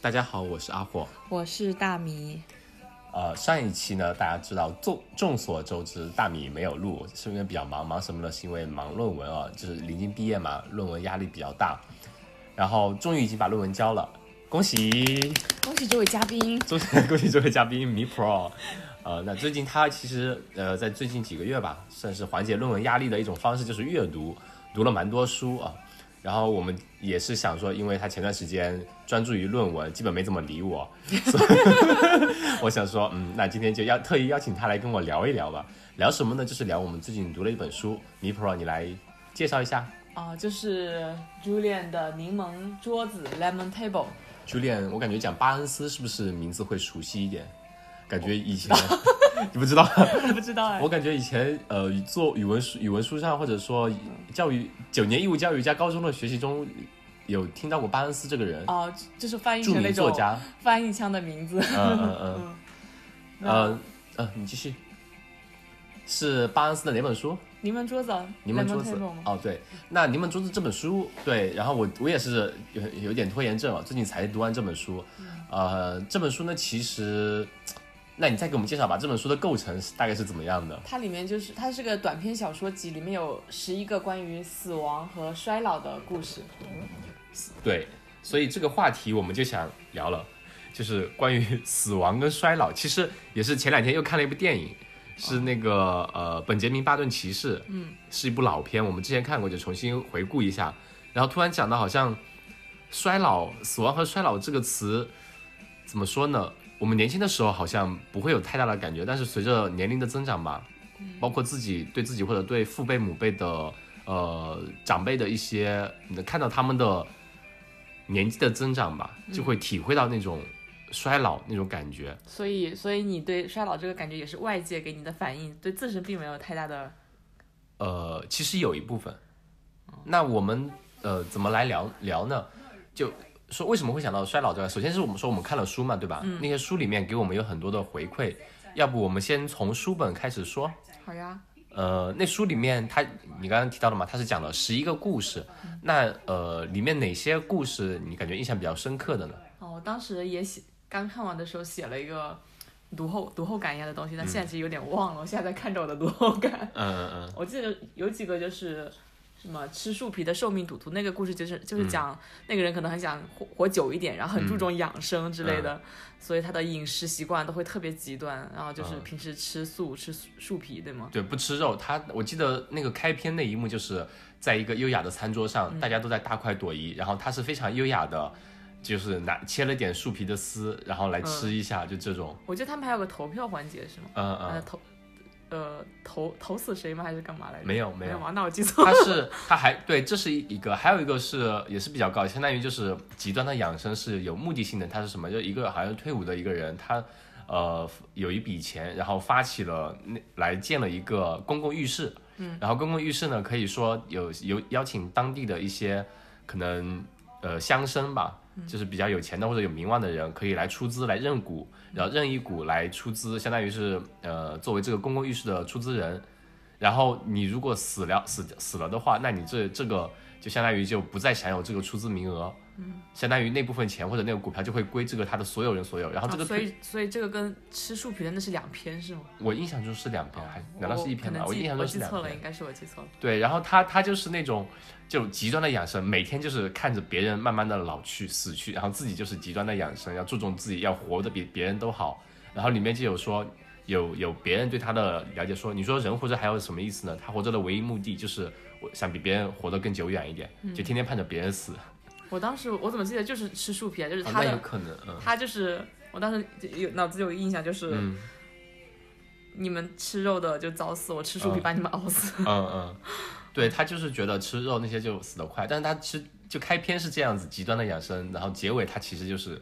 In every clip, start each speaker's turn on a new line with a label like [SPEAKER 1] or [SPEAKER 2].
[SPEAKER 1] 大家好，我是阿火。
[SPEAKER 2] 我是大米，
[SPEAKER 1] 呃，上一期呢，大家知道，众众所周知，大米没有录，是因为比较忙，忙什么呢？是因为忙论文啊，就是临近毕业嘛，论文压力比较大。然后终于已经把论文交了，恭喜！
[SPEAKER 2] 恭喜这位嘉宾。
[SPEAKER 1] 周恭喜这位嘉宾米 Pro。呃，那最近他其实呃，在最近几个月吧，算是缓解论文压力的一种方式，就是阅读，读了蛮多书啊。然后我们也是想说，因为他前段时间专注于论文，基本没怎么理我，所以 我想说，嗯，那今天就要特意邀请他来跟我聊一聊吧。聊什么呢？就是聊我们最近读了一本书，米 Pro，你来介绍一下。
[SPEAKER 2] 啊、就是 Julian 的柠檬桌子 Lemon Table，
[SPEAKER 1] Julian，我感觉讲巴恩斯是不是名字会熟悉一点？感觉以前 你不知道，
[SPEAKER 2] 我 不知道哎
[SPEAKER 1] 我感觉以前呃做语文书语文书上或者说教育九年义务教育加高中的学习中有听到过巴恩斯这个人，
[SPEAKER 2] 哦、就就是翻译
[SPEAKER 1] 著
[SPEAKER 2] 成那
[SPEAKER 1] 名作
[SPEAKER 2] 种
[SPEAKER 1] 家。
[SPEAKER 2] 翻译腔的名字。
[SPEAKER 1] 嗯嗯嗯
[SPEAKER 2] 那
[SPEAKER 1] 嗯嗯，你继续。是巴恩斯的哪本书？
[SPEAKER 2] 柠檬桌子，啊
[SPEAKER 1] 柠檬桌子
[SPEAKER 2] Lemon Table 吗？
[SPEAKER 1] 哦，对，那《柠檬桌子》这本书，对，然后我我也是有有点拖延症啊，最近才读完这本书。
[SPEAKER 2] 嗯
[SPEAKER 1] 呃，这本书呢，其实，那你再给我们介绍吧，这本书的构成是大概是怎么样的？
[SPEAKER 2] 它里面就是它是个短篇小说集，里面有十一个关于死亡和衰老的故事。
[SPEAKER 1] 对，所以这个话题我们就想聊了，就是关于 死亡跟衰老。其实也是前两天又看了一部电影，是那个呃本杰明巴顿骑士，嗯，是一部老片，我们之前看过，就重新回顾一下。然后突然讲到好像衰老、死亡和衰老这个词，怎么说呢？我们年轻的时候好像不会有太大的感觉，但是随着年龄的增长吧，包括自己对自己或者对父辈母辈的呃长辈的一些，你能看到他们的年纪的增长吧，就会体会到那种衰老那种感觉。
[SPEAKER 2] 所以，所以你对衰老这个感觉也是外界给你的反应，对自身并没有太大的。
[SPEAKER 1] 呃，其实有一部分。那我们呃怎么来聊聊呢？就说为什么会想到衰老这个？首先是我们说我们看了书嘛，对吧？那些书里面给我们有很多的回馈。要不我们先从书本开始说。
[SPEAKER 2] 好呀，
[SPEAKER 1] 呃，那书里面它你刚刚提到了嘛，它是讲了十一个故事。那呃，里面哪些故事你感觉印象比较深刻的呢？
[SPEAKER 2] 哦，我当时也写，刚看完的时候写了一个读后读后感一样的东西，但现在其实有点忘了，我现在在看着我的读后感。
[SPEAKER 1] 嗯嗯嗯，
[SPEAKER 2] 我记得有几个就是什么吃树皮的寿命赌徒那个故事，就是
[SPEAKER 1] 嗯
[SPEAKER 2] 就是讲、那个人可能很想活活久一点，然后很注重养生之类
[SPEAKER 1] 嗯
[SPEAKER 2] 的，所以他的饮食习惯都会特别极端，然后就是
[SPEAKER 1] 嗯
[SPEAKER 2] 平时吃素、吃树树皮，对吗？
[SPEAKER 1] 对，不吃肉。他我记得那个开篇那一幕，就是在一个优雅的餐桌上，大家都在大快朵颐，然后他是非常优雅的，就是拿切了点树皮的丝，然后来吃一下，就这种。
[SPEAKER 2] 我记得他们还有个投票环节是吗？
[SPEAKER 1] 嗯
[SPEAKER 2] 呃，
[SPEAKER 1] 嗯，
[SPEAKER 2] 投呃投投死谁吗？还是干嘛来着？哎
[SPEAKER 1] 没有
[SPEAKER 2] 没
[SPEAKER 1] 没有。
[SPEAKER 2] 吗？那我记错了。
[SPEAKER 1] 他是他还对，这是一个，还有一个是也是比较高，相当于就是极端的养生是有目的性的。他是什么？就一个好像是退伍的一个人，他呃有一笔钱，然后发起了那来建了一个公共浴室。嗯，然后公共浴室呢，可以说有有邀请当地的一些可能呃乡绅吧，
[SPEAKER 2] 嗯
[SPEAKER 1] 就是比较有钱的或者有名望的人，可以来出资来认股，然后认一股来出资，相当于是呃作为这个公共浴室的出资人。然后你如果死了死死了的话，那你这这个就相当于就不再享有这个出资名额，嗯，相当于那部分钱或者那个股票就会归这个他的所有人所有。然后这个
[SPEAKER 2] 啊、所以所以这个跟吃树皮的那是两篇是吗？哦
[SPEAKER 1] 我印象中是两篇，哎还难道是一篇
[SPEAKER 2] 我
[SPEAKER 1] 吗？
[SPEAKER 2] 可能
[SPEAKER 1] 我印
[SPEAKER 2] 记
[SPEAKER 1] 象
[SPEAKER 2] 我
[SPEAKER 1] 中是
[SPEAKER 2] 记
[SPEAKER 1] 两
[SPEAKER 2] 错了，
[SPEAKER 1] 篇
[SPEAKER 2] 应。该是我记错了。
[SPEAKER 1] 对，然后他他就是那种就极端的养生，每天就是看着别人慢慢的老去死去，然后自己就是极端的养生，要注重自己，要活得比别人都好。然后里面就有说有有别人对他的了解说，你说人活着还有什么意思呢？他活着的唯一目的就是我想比别人活得更久远一点，
[SPEAKER 2] 嗯
[SPEAKER 1] 就天天盼着别人死。
[SPEAKER 2] 我当时我怎么记得就是吃树皮啊，就是
[SPEAKER 1] 啊
[SPEAKER 2] 他
[SPEAKER 1] 那
[SPEAKER 2] 的、
[SPEAKER 1] 有可能，嗯
[SPEAKER 2] 他就是我当时就有脑子有印象，就是、
[SPEAKER 1] 嗯
[SPEAKER 2] 你们吃肉的就早死，我吃树皮
[SPEAKER 1] 嗯
[SPEAKER 2] 把你们熬死。
[SPEAKER 1] 嗯嗯，对他就是觉得吃肉那些就死得快，但是他其实就开篇是这样子极端的养生，然后结尾他其实就是。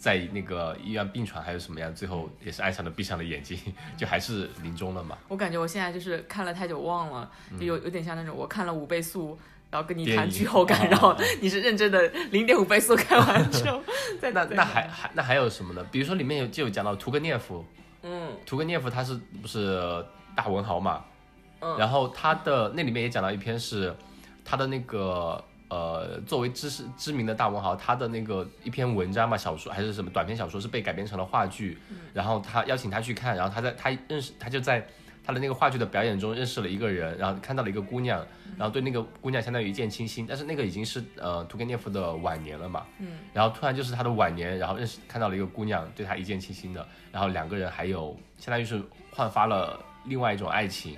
[SPEAKER 1] 在那个医院病床还是什么样，最后也是爱上了闭上了眼睛，就还是临终了嘛。
[SPEAKER 2] 我感觉我现在就是看了太久忘了，就有有点像那种我看了五倍速。然后跟
[SPEAKER 1] 嗯
[SPEAKER 2] 你
[SPEAKER 1] 电
[SPEAKER 2] 谈
[SPEAKER 1] 影
[SPEAKER 2] 剧后感，
[SPEAKER 1] 啊
[SPEAKER 2] 然后你是认真的零点五倍速看完之 后，再
[SPEAKER 1] 那
[SPEAKER 2] 再
[SPEAKER 1] 那还还那还有什么呢？比如说里面有就有讲到屠格涅夫，
[SPEAKER 2] 嗯，
[SPEAKER 1] 屠格涅夫他是不是大文豪嘛？
[SPEAKER 2] 嗯
[SPEAKER 1] 然后他的那里面也讲到一篇是他的那个呃，作为知识知名的大文豪，他的那个一篇文章吧，小说还是什么短篇小说，是被改编成了话剧，然后他邀请他去看，然后他在他认识他就在他的那个话剧的表演中认识了一个人，然后看到了一个姑娘，然后对那个姑娘相当于一见倾心，但是那个已经是呃屠格涅夫的晚年了嘛，
[SPEAKER 2] 嗯，
[SPEAKER 1] 然后突然就是他的晚年，然后认识看到了一个姑娘，对他一见倾心的，然后两个人还有相当于是焕发了另外一种爱情，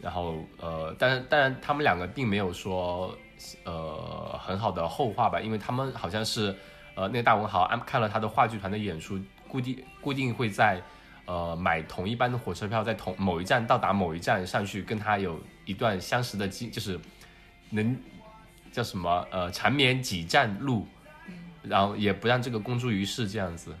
[SPEAKER 1] 然后呃，但是但是他们两个并没有说呃很好的后话吧，因为他们好像是呃那个大文豪安看了他的话剧团的演出，固定固定会在呃买同一班的火车票，在同某一站到达某一站上去跟他有一段相识的经，就是能叫什么呃缠绵几站路，然后也不让这个公诸于世这样子。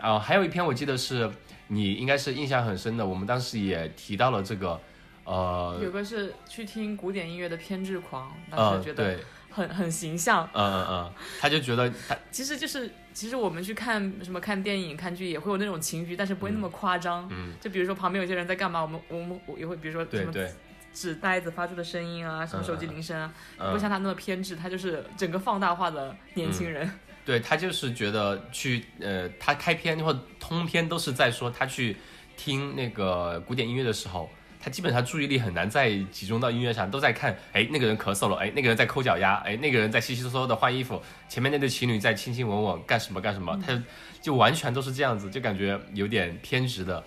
[SPEAKER 1] 啊、还有一篇我记得是你应该是印象很深的，我们当时也提到了这个，呃，
[SPEAKER 2] 有个是去听古典音乐的偏执狂，当
[SPEAKER 1] 呃，
[SPEAKER 2] 时觉得
[SPEAKER 1] 对，
[SPEAKER 2] 很很形象。
[SPEAKER 1] 嗯嗯嗯，他就觉得他，
[SPEAKER 2] 其实就是，其实我们去看什么看电影、看剧也会有那种情绪，但是不会那么夸张。
[SPEAKER 1] 嗯，
[SPEAKER 2] 就比如说旁边有些人在干嘛，我们我们我也会，比如说什
[SPEAKER 1] 对
[SPEAKER 2] 么
[SPEAKER 1] 对，
[SPEAKER 2] 纸袋子发出的声音啊，什么手机铃声啊，不
[SPEAKER 1] 嗯，
[SPEAKER 2] 像他那么偏执，他就是整个放大化的年轻人。
[SPEAKER 1] 对他就是觉得去，呃，他开篇或者通篇都是在说他去听那个古典音乐的时候。他基本上注意力很难再集中到音乐上，都在看，哎，那个人咳嗽了，哎，那个人在抠脚丫，哎，那个人在稀稀嗦嗦的换衣服，前面那对情侣在亲亲吻吻，干什么干什么，他就就完全都是这样子，就感觉有点偏执的，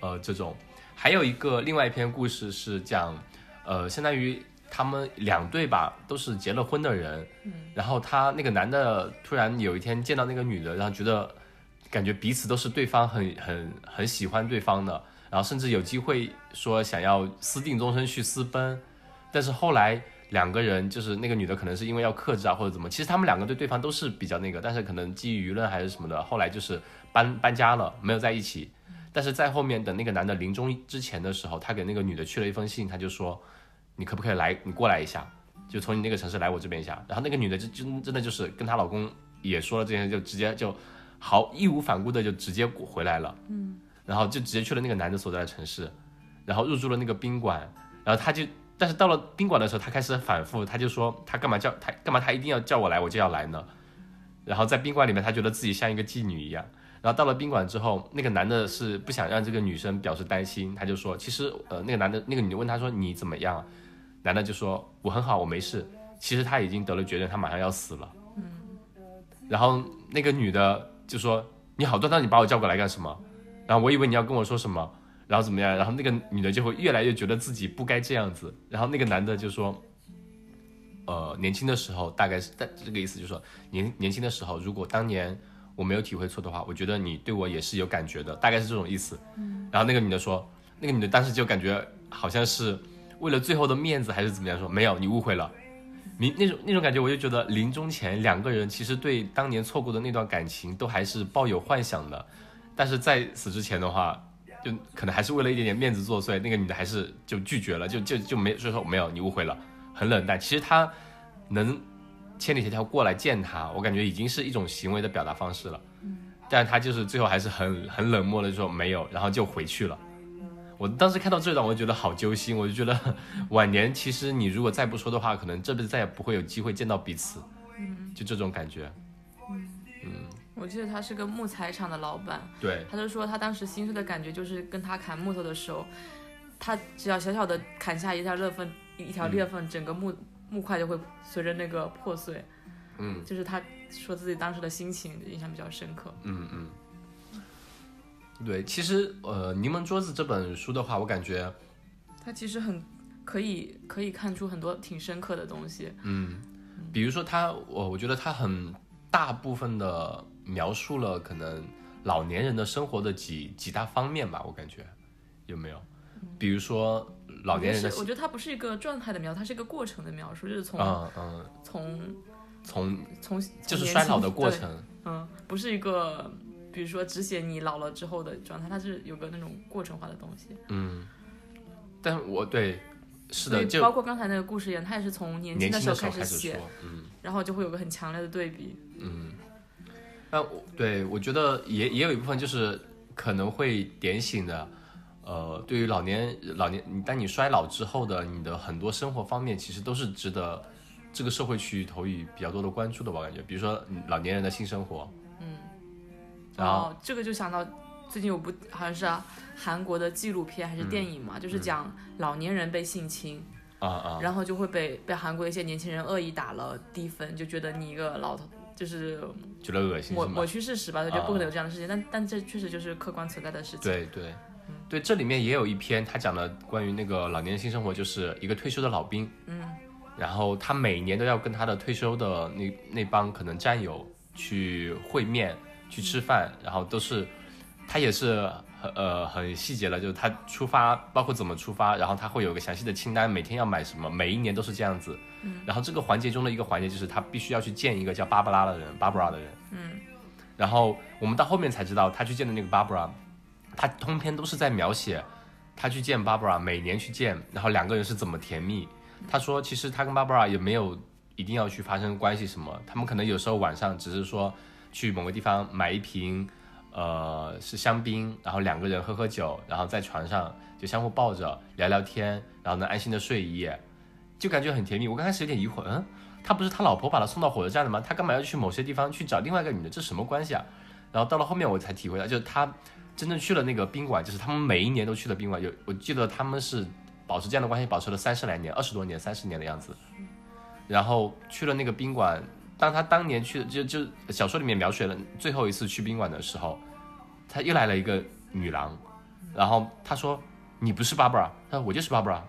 [SPEAKER 1] 呃，这种。还有一个另外一篇故事是讲，呃，相当于他们两对吧，都是结了婚的人，然后他那个男的突然有一天见到那个女的，然后觉得感觉彼此都是对方很很很喜欢对方的，然后甚至有机会说想要私定终身去私奔，但是后来两个人就是那个女的可能是因为要克制啊或者怎么，其实他们两个对对方都是比较那个，但是可能基于舆论还是什么的，后来就是搬 搬家了，没有在一起。但是在后面等那个男的临终之前的时候，他给那个女的去了一封信，他就说你可不可以来，你过来一下，就从你那个城市来我这边一下。然后那个女的就真真的就是跟她老公也说了这件事，就直接就毫义无反顾的就直接回来了，嗯，然后就直接去了那个男的所在的城市，然后入住了那个宾馆，然后他就，但是到了宾馆的时候，他开始反复，他就说他干嘛叫他干嘛他一定要叫我来，我就要来呢，然后在宾馆里面，他觉得自己像一个妓女一样。然后到了宾馆之后，那个男的是不想让这个女生表示担心，他就说，其实呃，那个男的那个女的问他说你怎么样啊？男的就说我很好，我没事。其实他已经得了绝症，他马上要死了。然后那个女的就说：“你好端端你把我叫过来干什么？”然后我以为你要跟我说什么，然后怎么样？然后那个女的就会越来越觉得自己不该这样子。然后那个男的就说：“呃，年轻的时候大概是但这个意思，就是说年年轻的时候，如果当年我没有体会错的话，我觉得你对我也是有感觉的，大概是这种意思。”然后那个女的说：“那个女的当时就感觉好像是为了最后的面子还是怎么样说，没有，你误会了。”你那种那种感觉，我就觉得临终前两个人其实对当年错过的那段感情都还是抱有幻想的，但是在死之前的话，就可能还是为了一点点面子作祟，那个女的还是就拒绝了，就就就没就说没有，你误会了，很冷淡。其实她能千里迢迢过来见他，我感觉已经是一种行为的表达方式了，但他就是最后还是很很冷漠的说没有，然后就回去了。我当时看到这段，我就觉得好揪心，我就觉得晚年其实你如果再不说的话，可能这辈子再也不会有机会见到彼此，
[SPEAKER 2] 嗯
[SPEAKER 1] 就这种感觉。
[SPEAKER 2] 我记得他是个木材厂的老板，
[SPEAKER 1] 对，
[SPEAKER 2] 他就说他当时心碎的感觉就是跟他砍木头的时候，他只要小小的砍下一条裂缝，一条裂缝，整个木木块就会随着那个破碎。
[SPEAKER 1] 嗯，
[SPEAKER 2] 就是他说自己当时的心情印象比较深刻。
[SPEAKER 1] 嗯嗯，对，其实呃，《柠檬桌子》这本书的话，我感觉
[SPEAKER 2] 他其实很可以可以看出很多挺深刻的东西。
[SPEAKER 1] 比如说他，我我觉得他很大部分的描述了可能老年人的生活的几几大方面吧，我感觉有没有？
[SPEAKER 2] 嗯
[SPEAKER 1] 比如说老年人的
[SPEAKER 2] 我觉得是我觉得他不是一个状态的描述，它是一个过程的描述，就是从、
[SPEAKER 1] 嗯嗯，
[SPEAKER 2] 从
[SPEAKER 1] 从
[SPEAKER 2] 从
[SPEAKER 1] 就是
[SPEAKER 2] 从年
[SPEAKER 1] 衰老
[SPEAKER 2] 轻
[SPEAKER 1] 的过
[SPEAKER 2] 对
[SPEAKER 1] 程，
[SPEAKER 2] 嗯，不是一个，比如说只写你老了之后的状态，它是有个那种过程化的东西。
[SPEAKER 1] 嗯，但我对是
[SPEAKER 2] 所
[SPEAKER 1] 的，
[SPEAKER 2] 以
[SPEAKER 1] 就
[SPEAKER 2] 包括刚才那个故事一样，它也是从年轻
[SPEAKER 1] 年
[SPEAKER 2] 的
[SPEAKER 1] 轻
[SPEAKER 2] 时候
[SPEAKER 1] 的时
[SPEAKER 2] 开
[SPEAKER 1] 候
[SPEAKER 2] 始
[SPEAKER 1] 开始
[SPEAKER 2] 写，
[SPEAKER 1] 说，嗯
[SPEAKER 2] 然后就会有个很强烈的对比。
[SPEAKER 1] 嗯。那我对我觉得也也有一部分就是可能会点醒的，呃，对于老年老年，你当你衰老之后的你的很多生活方面，其实都是值得这个社会去投以比较多的关注的吧，我感觉，比如说嗯老年人的性生活，然后
[SPEAKER 2] 哦，这个就想到最近有部好像是啊、韩国的纪录片
[SPEAKER 1] 嗯
[SPEAKER 2] 还是电影嘛，就是讲老年人被性侵，
[SPEAKER 1] 啊啊，
[SPEAKER 2] 然后就会被被韩国一些年轻人恶意打了低分，就觉得你一个老头就是
[SPEAKER 1] 觉得恶心
[SPEAKER 2] 抹
[SPEAKER 1] 是吗
[SPEAKER 2] 抹？去事实吧，他就不可能有这样的事情。但但这确实就是客观存在的事情。
[SPEAKER 1] 啊对对对，这里面也有一篇他讲的关于那个老年人性生活，就是一个退休的老兵，嗯，然后他每年都要跟他的退休的那那帮可能战友去会面、去吃饭，然后都是他也是很呃很细节了，就是他出发包括怎么出发，然后他会有个详细的清单，每天要买什么，每一年都是这样子。嗯，然后这个环节中的一个环节就是他必须要去见一个叫芭芭拉的人，芭芭拉的人。嗯，然后我们到后面才知道，他去见的那个芭芭拉。他通篇都是在描写他去见 Barbara，每年去见，然后两个人是怎么甜蜜。他说，其实他跟 Barbara 也没有一定要去发生关系什么，他们可能有时候晚上只是说去某个地方买一瓶，呃，是香槟，然后两个人喝喝酒，然后在床上就相互抱着聊聊天，然后呢安心的睡一夜，就感觉很甜蜜。我刚开始有点疑惑，嗯，他不是他老婆把他送到火车站的吗？他干嘛要去某些地方去找另外一个女的？这什么关系啊？然后到了后面我才体会到，就是他真正去了那个宾馆，就是他们每一年都去的宾馆，有我记得他们是保持这样的关系，保持了三十来年，二十多年、三十年的样子。然后去了那个宾馆，当他当年去，就就小说里面描写了最后一次去宾馆的时候，他又来了一个女郎，然后他说：“你不是 Barbara。”他说：“我就是 Barbara。”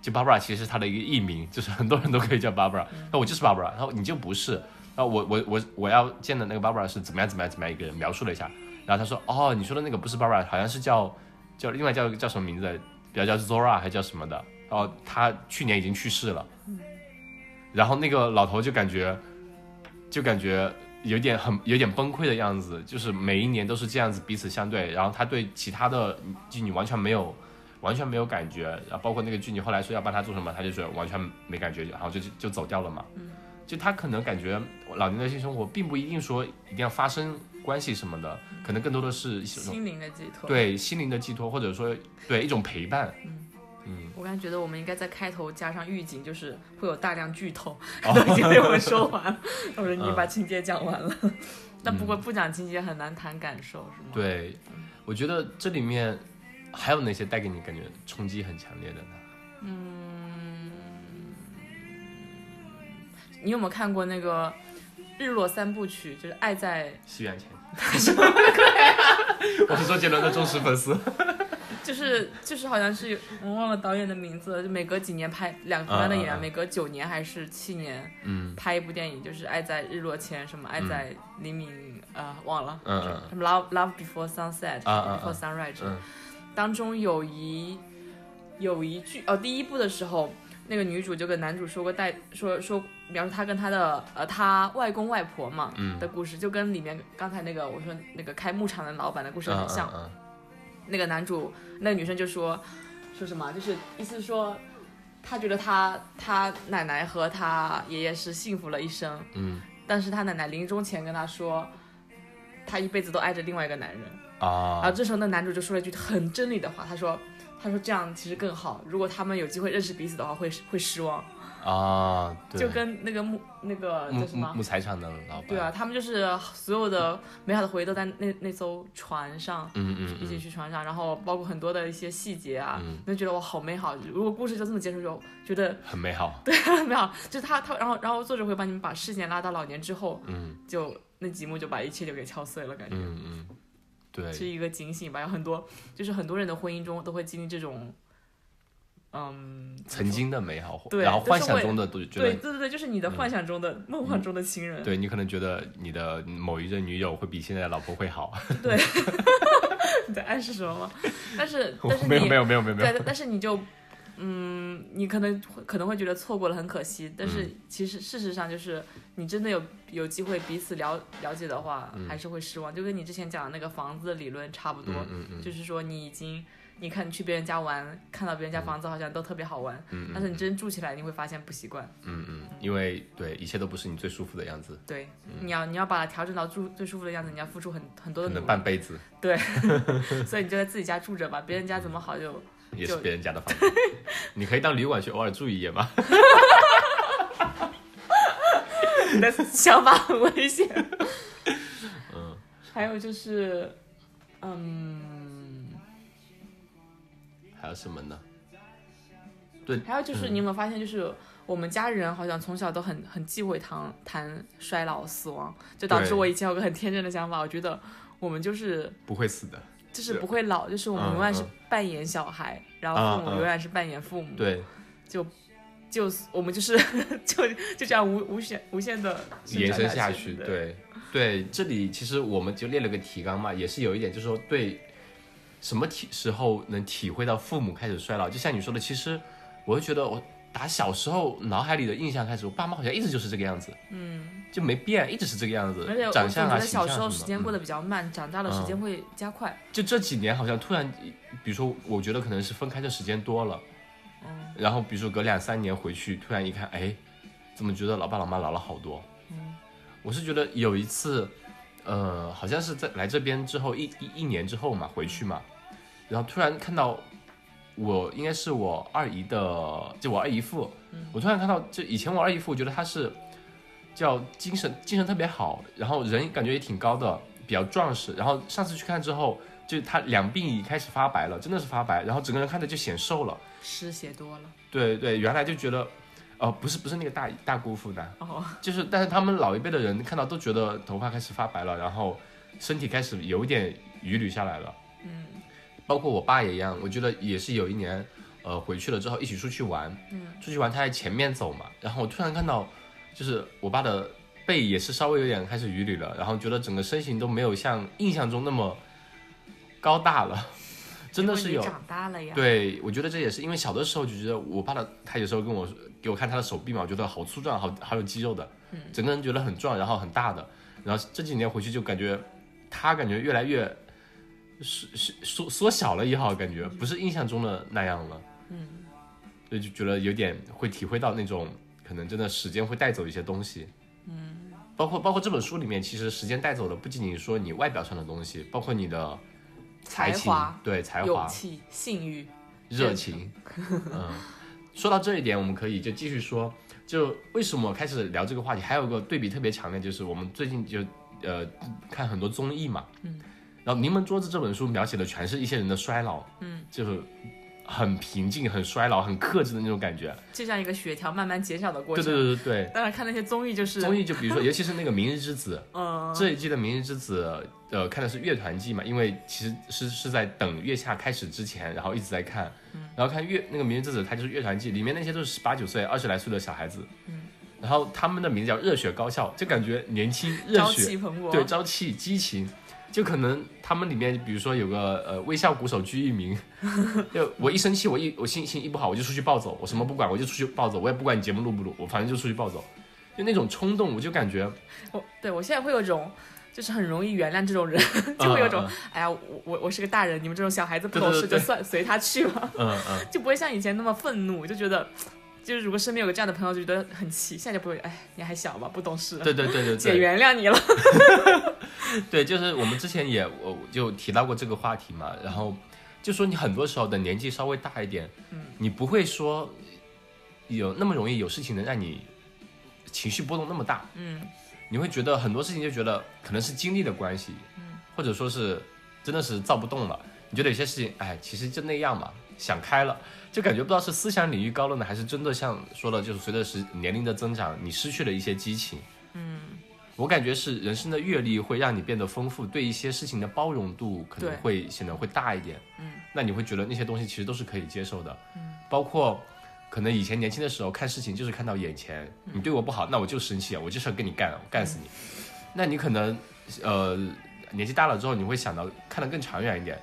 [SPEAKER 1] 就 Barbara 其实是他的一个艺名，就是很多人都可以叫 Barbara。那我就是 Barbara，然后你就不是。然后我我我我要见的那个 Barbara 是怎么样怎么样怎么样一个人，描述了一下。然后他说：“哦，你说的那个不是 Barbara，好像是叫叫另外叫叫什么名字的，比较叫 Zora 还叫什么的。然后他去年已经去世了。然后那个老头就感觉就感觉有点很有点崩溃的样子，就是每一年都是这样子彼此相对。然后他对其他的妓女完全没有完全没有感觉，然后包括那个妓女后来说要帮他做什么，他就说完全没感觉，然后就就就走掉了嘛。就他可能感觉老年的性生活并不一定说一定要发生关系什么的，可能更多的是一种
[SPEAKER 2] 心灵的寄托。，
[SPEAKER 1] 对心灵的寄托，或者说对一种陪伴。
[SPEAKER 2] 我刚才觉得我们应该在开头加上预警，就是会有大量剧透，
[SPEAKER 1] 哦
[SPEAKER 2] 都已经被我们说完了。我说
[SPEAKER 1] 嗯
[SPEAKER 2] 你把情节讲完了，但不过不讲情节很难谈感受，是吗？
[SPEAKER 1] 对，我觉得这里面还有哪些带给你感觉冲击很强烈的呢？
[SPEAKER 2] 你有没有看过那个日落三部曲？就是爱在，
[SPEAKER 1] 西元 前，我是周杰伦的忠实粉丝。
[SPEAKER 2] 就是就是好像是有我忘了导演的名字了，就每隔几年拍两个同样的演员，
[SPEAKER 1] 嗯嗯嗯
[SPEAKER 2] 每隔九年还是七年
[SPEAKER 1] 嗯
[SPEAKER 2] 拍一部电影，就是爱在日落前，什么爱在黎明，呃，忘了。
[SPEAKER 1] 嗯嗯
[SPEAKER 2] 什么 Love Love Before Sunset、
[SPEAKER 1] 啊啊啊
[SPEAKER 2] Before Sunrise，、
[SPEAKER 1] 嗯
[SPEAKER 2] 当中有一有一句哦，第一部的时候，那个女主就跟男主说过带说说描述她跟她的呃她外公外婆嘛、
[SPEAKER 1] 嗯
[SPEAKER 2] 的故事，就跟里面刚才那个我说那个开牧场的老板的故事
[SPEAKER 1] 嗯
[SPEAKER 2] 很像。
[SPEAKER 1] 嗯
[SPEAKER 2] 那个男主那个女生就说说什么，就是意思说。她觉得她她奶奶和她爷爷是幸福了一生，
[SPEAKER 1] 嗯
[SPEAKER 2] 但是她奶奶临终前跟她说，她一辈子都爱着另外一个男人。
[SPEAKER 1] 嗯啊
[SPEAKER 2] 然后这时候那男主就说了一句很真理的话，他说：“他说这样其实更好，如果他们有机会认识彼此的话，会会失望。
[SPEAKER 1] 啊，”对，
[SPEAKER 2] 就跟那个木那个
[SPEAKER 1] 木
[SPEAKER 2] 叫什
[SPEAKER 1] 木哎
[SPEAKER 2] 么？
[SPEAKER 1] 木材厂的老板，
[SPEAKER 2] 对啊，他们就是所有的美好的回忆都在那那艘船上，
[SPEAKER 1] 嗯，嗯嗯
[SPEAKER 2] 一起去船上，然后包括很多的一些细节啊，
[SPEAKER 1] 嗯
[SPEAKER 2] 你就觉得哇好美好。如果故事就这么结束，就觉得
[SPEAKER 1] 嗯，很美好。
[SPEAKER 2] 没有，就是他他，然后然后作者会把你们把视线拉到老年之后，
[SPEAKER 1] 嗯
[SPEAKER 2] 就那几幕就把一切就给敲碎了，感觉。
[SPEAKER 1] 嗯嗯，对，
[SPEAKER 2] 是一个警醒吧。有很多就是很多人的婚姻中都会经历这种，嗯，
[SPEAKER 1] 曾经的美好，
[SPEAKER 2] 对
[SPEAKER 1] 然后
[SPEAKER 2] 就是
[SPEAKER 1] 幻想
[SPEAKER 2] 会
[SPEAKER 1] 中的都觉
[SPEAKER 2] 对对
[SPEAKER 1] 得，嗯
[SPEAKER 2] 对对，就是你的幻想中的、梦幻中的情人，
[SPEAKER 1] 对你可能觉得你的某一任女友会比现在的老婆会好，
[SPEAKER 2] 你在暗示什么吗？但是
[SPEAKER 1] 我
[SPEAKER 2] 但是你
[SPEAKER 1] 没有没有没有没有没有，
[SPEAKER 2] 对，但是你就。嗯，你可能会可能会觉得错过了很可惜，但
[SPEAKER 1] 嗯
[SPEAKER 2] 是其实事实上就是你真的有有机会彼此了了解的话，还是会失望，就跟你之前讲的那个房子理论差不多，
[SPEAKER 1] 嗯嗯嗯
[SPEAKER 2] 就是说你已经，你看你去别人家玩，看到别人家房子好像都特别好玩，
[SPEAKER 1] 嗯
[SPEAKER 2] 但是你真住起来你会发现不习惯。
[SPEAKER 1] 嗯嗯，因为对一切都不是你最舒服的样子，
[SPEAKER 2] 对，你要你要把它调整到住最舒服的样子，你要付出很很多
[SPEAKER 1] 可
[SPEAKER 2] 的
[SPEAKER 1] 能
[SPEAKER 2] 努
[SPEAKER 1] 半辈子
[SPEAKER 2] 力，所以你就在自己家住着吧，别人家怎么好就
[SPEAKER 1] 也是
[SPEAKER 2] 就
[SPEAKER 1] 别人家的房子，你可以当旅馆去偶尔住一夜嘛。
[SPEAKER 2] 你 的想法很 危险。嗯，还有就是，嗯，
[SPEAKER 1] 还有什么呢？对，
[SPEAKER 2] 还有就是你有没有发现，就是我们家人好像从小都很很忌讳谈谈衰老、死亡，就导致我以前有个很天真的想法，我觉得我们就是
[SPEAKER 1] 不会死的。
[SPEAKER 2] 就是不会老，就是我
[SPEAKER 1] 嗯
[SPEAKER 2] 们永远是扮演小孩，嗯、然
[SPEAKER 1] 啊
[SPEAKER 2] 后父母永远是扮演父母，嗯嗯、
[SPEAKER 1] 对，
[SPEAKER 2] 就就我们就是 就就这样无无限无限的
[SPEAKER 1] 延伸
[SPEAKER 2] 下
[SPEAKER 1] 去，对对。这里其实我们就列了个提纲嘛，也是有一点，就是说对什么体时候能体会到父母开始衰老，就像你说的，其实我会觉得我打小时候脑海里的印象开始，我爸妈好像一直就是这个样子，
[SPEAKER 2] 嗯，
[SPEAKER 1] 就没变，一直是这个样子。
[SPEAKER 2] 而且我
[SPEAKER 1] 长相啊，
[SPEAKER 2] 觉得小时候时间过得比较慢，长大了时间
[SPEAKER 1] 嗯
[SPEAKER 2] 会加快。
[SPEAKER 1] 就这几年好像突然，比如说，我觉得可能是分开的时间多了，
[SPEAKER 2] 嗯，
[SPEAKER 1] 然后比如说隔两三年回去，突然一看，哎，怎么觉得老爸老妈老了好多？
[SPEAKER 2] 嗯，
[SPEAKER 1] 我是觉得有一次，呃，好像是在来这边之后一一一年之后嘛，回去嘛，然后突然看到。我应该是我二姨的，就我二姨父，
[SPEAKER 2] 嗯、
[SPEAKER 1] 我突然看到，就以前我二姨父，我觉得他是叫精神精神特别好，然后人感觉也挺高的，比较壮实。然后上次去看之后，就他两鬓已开始发白了，真的是发白，然后整个人看着就显瘦了，
[SPEAKER 2] 失血多了。
[SPEAKER 1] 对对，原来就觉得，呃，不是不是那个大大姑父的，
[SPEAKER 2] 哦，
[SPEAKER 1] 就是但是他们老一辈的人看到都觉得头发开始发白了，然后身体开始有点余捋下来了。
[SPEAKER 2] 嗯
[SPEAKER 1] 包括我爸也一样，我觉得也是有一年，呃，回去了之后一起出去玩，
[SPEAKER 2] 嗯，
[SPEAKER 1] 出去玩他在前面走嘛，然后我突然看到，就是我爸的背也是稍微有点开始淤捋了，然后觉得整个身形都没有像印象中那么高大了，真的是有
[SPEAKER 2] 长大了呀。
[SPEAKER 1] 对，我觉得这也是因为小的时候就觉得我爸的他有时候跟我给我看他的手臂嘛，我觉得好粗壮，好好有肌肉的，
[SPEAKER 2] 嗯，
[SPEAKER 1] 整个人觉得很壮，然后很大的，然后这几年回去就感觉他感觉越来越。缩缩缩小了也好，感觉不是印象中的那样了，
[SPEAKER 2] 嗯，
[SPEAKER 1] 所以就觉得有点会体会到那种可能真的时间会带走一些东西，
[SPEAKER 2] 嗯，
[SPEAKER 1] 包括包括这本书里面，其实时间带走的不仅仅说你外表上的东西，包括你的才情，
[SPEAKER 2] 华
[SPEAKER 1] 对才
[SPEAKER 2] 勇
[SPEAKER 1] 华、
[SPEAKER 2] 气、性欲、
[SPEAKER 1] 热情，嗯，说到这一点，我们可以就继续说，就为什么开始聊这个话题，还有个对比特别强烈，就是我们最近就呃看很多综艺嘛，
[SPEAKER 2] 嗯。
[SPEAKER 1] 然后《临门桌子》这本书描写的全是一些人的衰老，
[SPEAKER 2] 嗯，
[SPEAKER 1] 就是很平静、很衰老、很克制的那种感觉。
[SPEAKER 2] 就像一个血条慢慢减少的过
[SPEAKER 1] 对
[SPEAKER 2] 程。
[SPEAKER 1] 对对对对。
[SPEAKER 2] 当然，看那些综艺就是
[SPEAKER 1] 综艺就比如说，尤其是那个《明日之子》
[SPEAKER 2] 嗯，
[SPEAKER 1] 这一季的《明日之子》，呃，看的是乐团季嘛，因为其实是是在等月下开始之前，然后一直在看，
[SPEAKER 2] 嗯
[SPEAKER 1] 然后看乐那个《明日之子》，它就是乐团季，里面那些都是十八九岁、二十来岁的小孩子，
[SPEAKER 2] 嗯，
[SPEAKER 1] 然后他们的名字叫热血高校，就感觉年轻、热
[SPEAKER 2] 朝气
[SPEAKER 1] 血、
[SPEAKER 2] 蓬勃。
[SPEAKER 1] 对朝气、激情。就可能他们里面，比如说有个呃微笑鼓手鞠一 鸣，就我一生气，我一我心情一不好，我就出去暴走，我什么不管，我就出去暴走，我也不管你节目录不录，我反正就出去暴走，就那种冲动，我就感觉
[SPEAKER 2] 我对我现在会有一种，就是很容易原谅这种人， 就会有一种，哎呀，我我我是个大人，你们这种小孩子不懂
[SPEAKER 1] 嗯对对
[SPEAKER 2] 事
[SPEAKER 1] 对
[SPEAKER 2] 就算随他去吧，
[SPEAKER 1] 嗯嗯，
[SPEAKER 2] 就不会像以前那么愤怒，就觉得，就是如果身边有个这样的朋友，就觉得很气，现在就不会，哎，你还小吧，不懂事，
[SPEAKER 1] 对对对 对
[SPEAKER 2] 姐
[SPEAKER 1] 对，
[SPEAKER 2] 原谅你了。
[SPEAKER 1] 对，就是我们之前也我我就提到过这个话题嘛，然后就说你很多时候等年纪稍微大一点，
[SPEAKER 2] 嗯，
[SPEAKER 1] 你不会说有那么容易有事情能让你情绪波动那么大，
[SPEAKER 2] 嗯，
[SPEAKER 1] 你会觉得很多事情就觉得可能是经历的关系，
[SPEAKER 2] 嗯，
[SPEAKER 1] 或者说是真的是造不动了，你觉得有些事情，哎，其实就那样嘛，想开了，就感觉不知道是思想领域高了呢，还是真的像说的，就是随着时年龄的增长，你失去了一些激情，
[SPEAKER 2] 嗯，
[SPEAKER 1] 我感觉是人生的阅历会让你变得丰富，对一些事情的包容度可能
[SPEAKER 2] 对
[SPEAKER 1] 会显得会大一点。
[SPEAKER 2] 嗯，
[SPEAKER 1] 那你会觉得那些东西其实都是可以接受的。
[SPEAKER 2] 嗯，
[SPEAKER 1] 包括可能以前年轻的时候看事情就是看到眼前，
[SPEAKER 2] 嗯
[SPEAKER 1] 你对我不好，那我就生气，啊我就是要跟你干，我干死你。
[SPEAKER 2] 嗯
[SPEAKER 1] 那你可能呃年纪大了之后，你会想到看得更长远一点。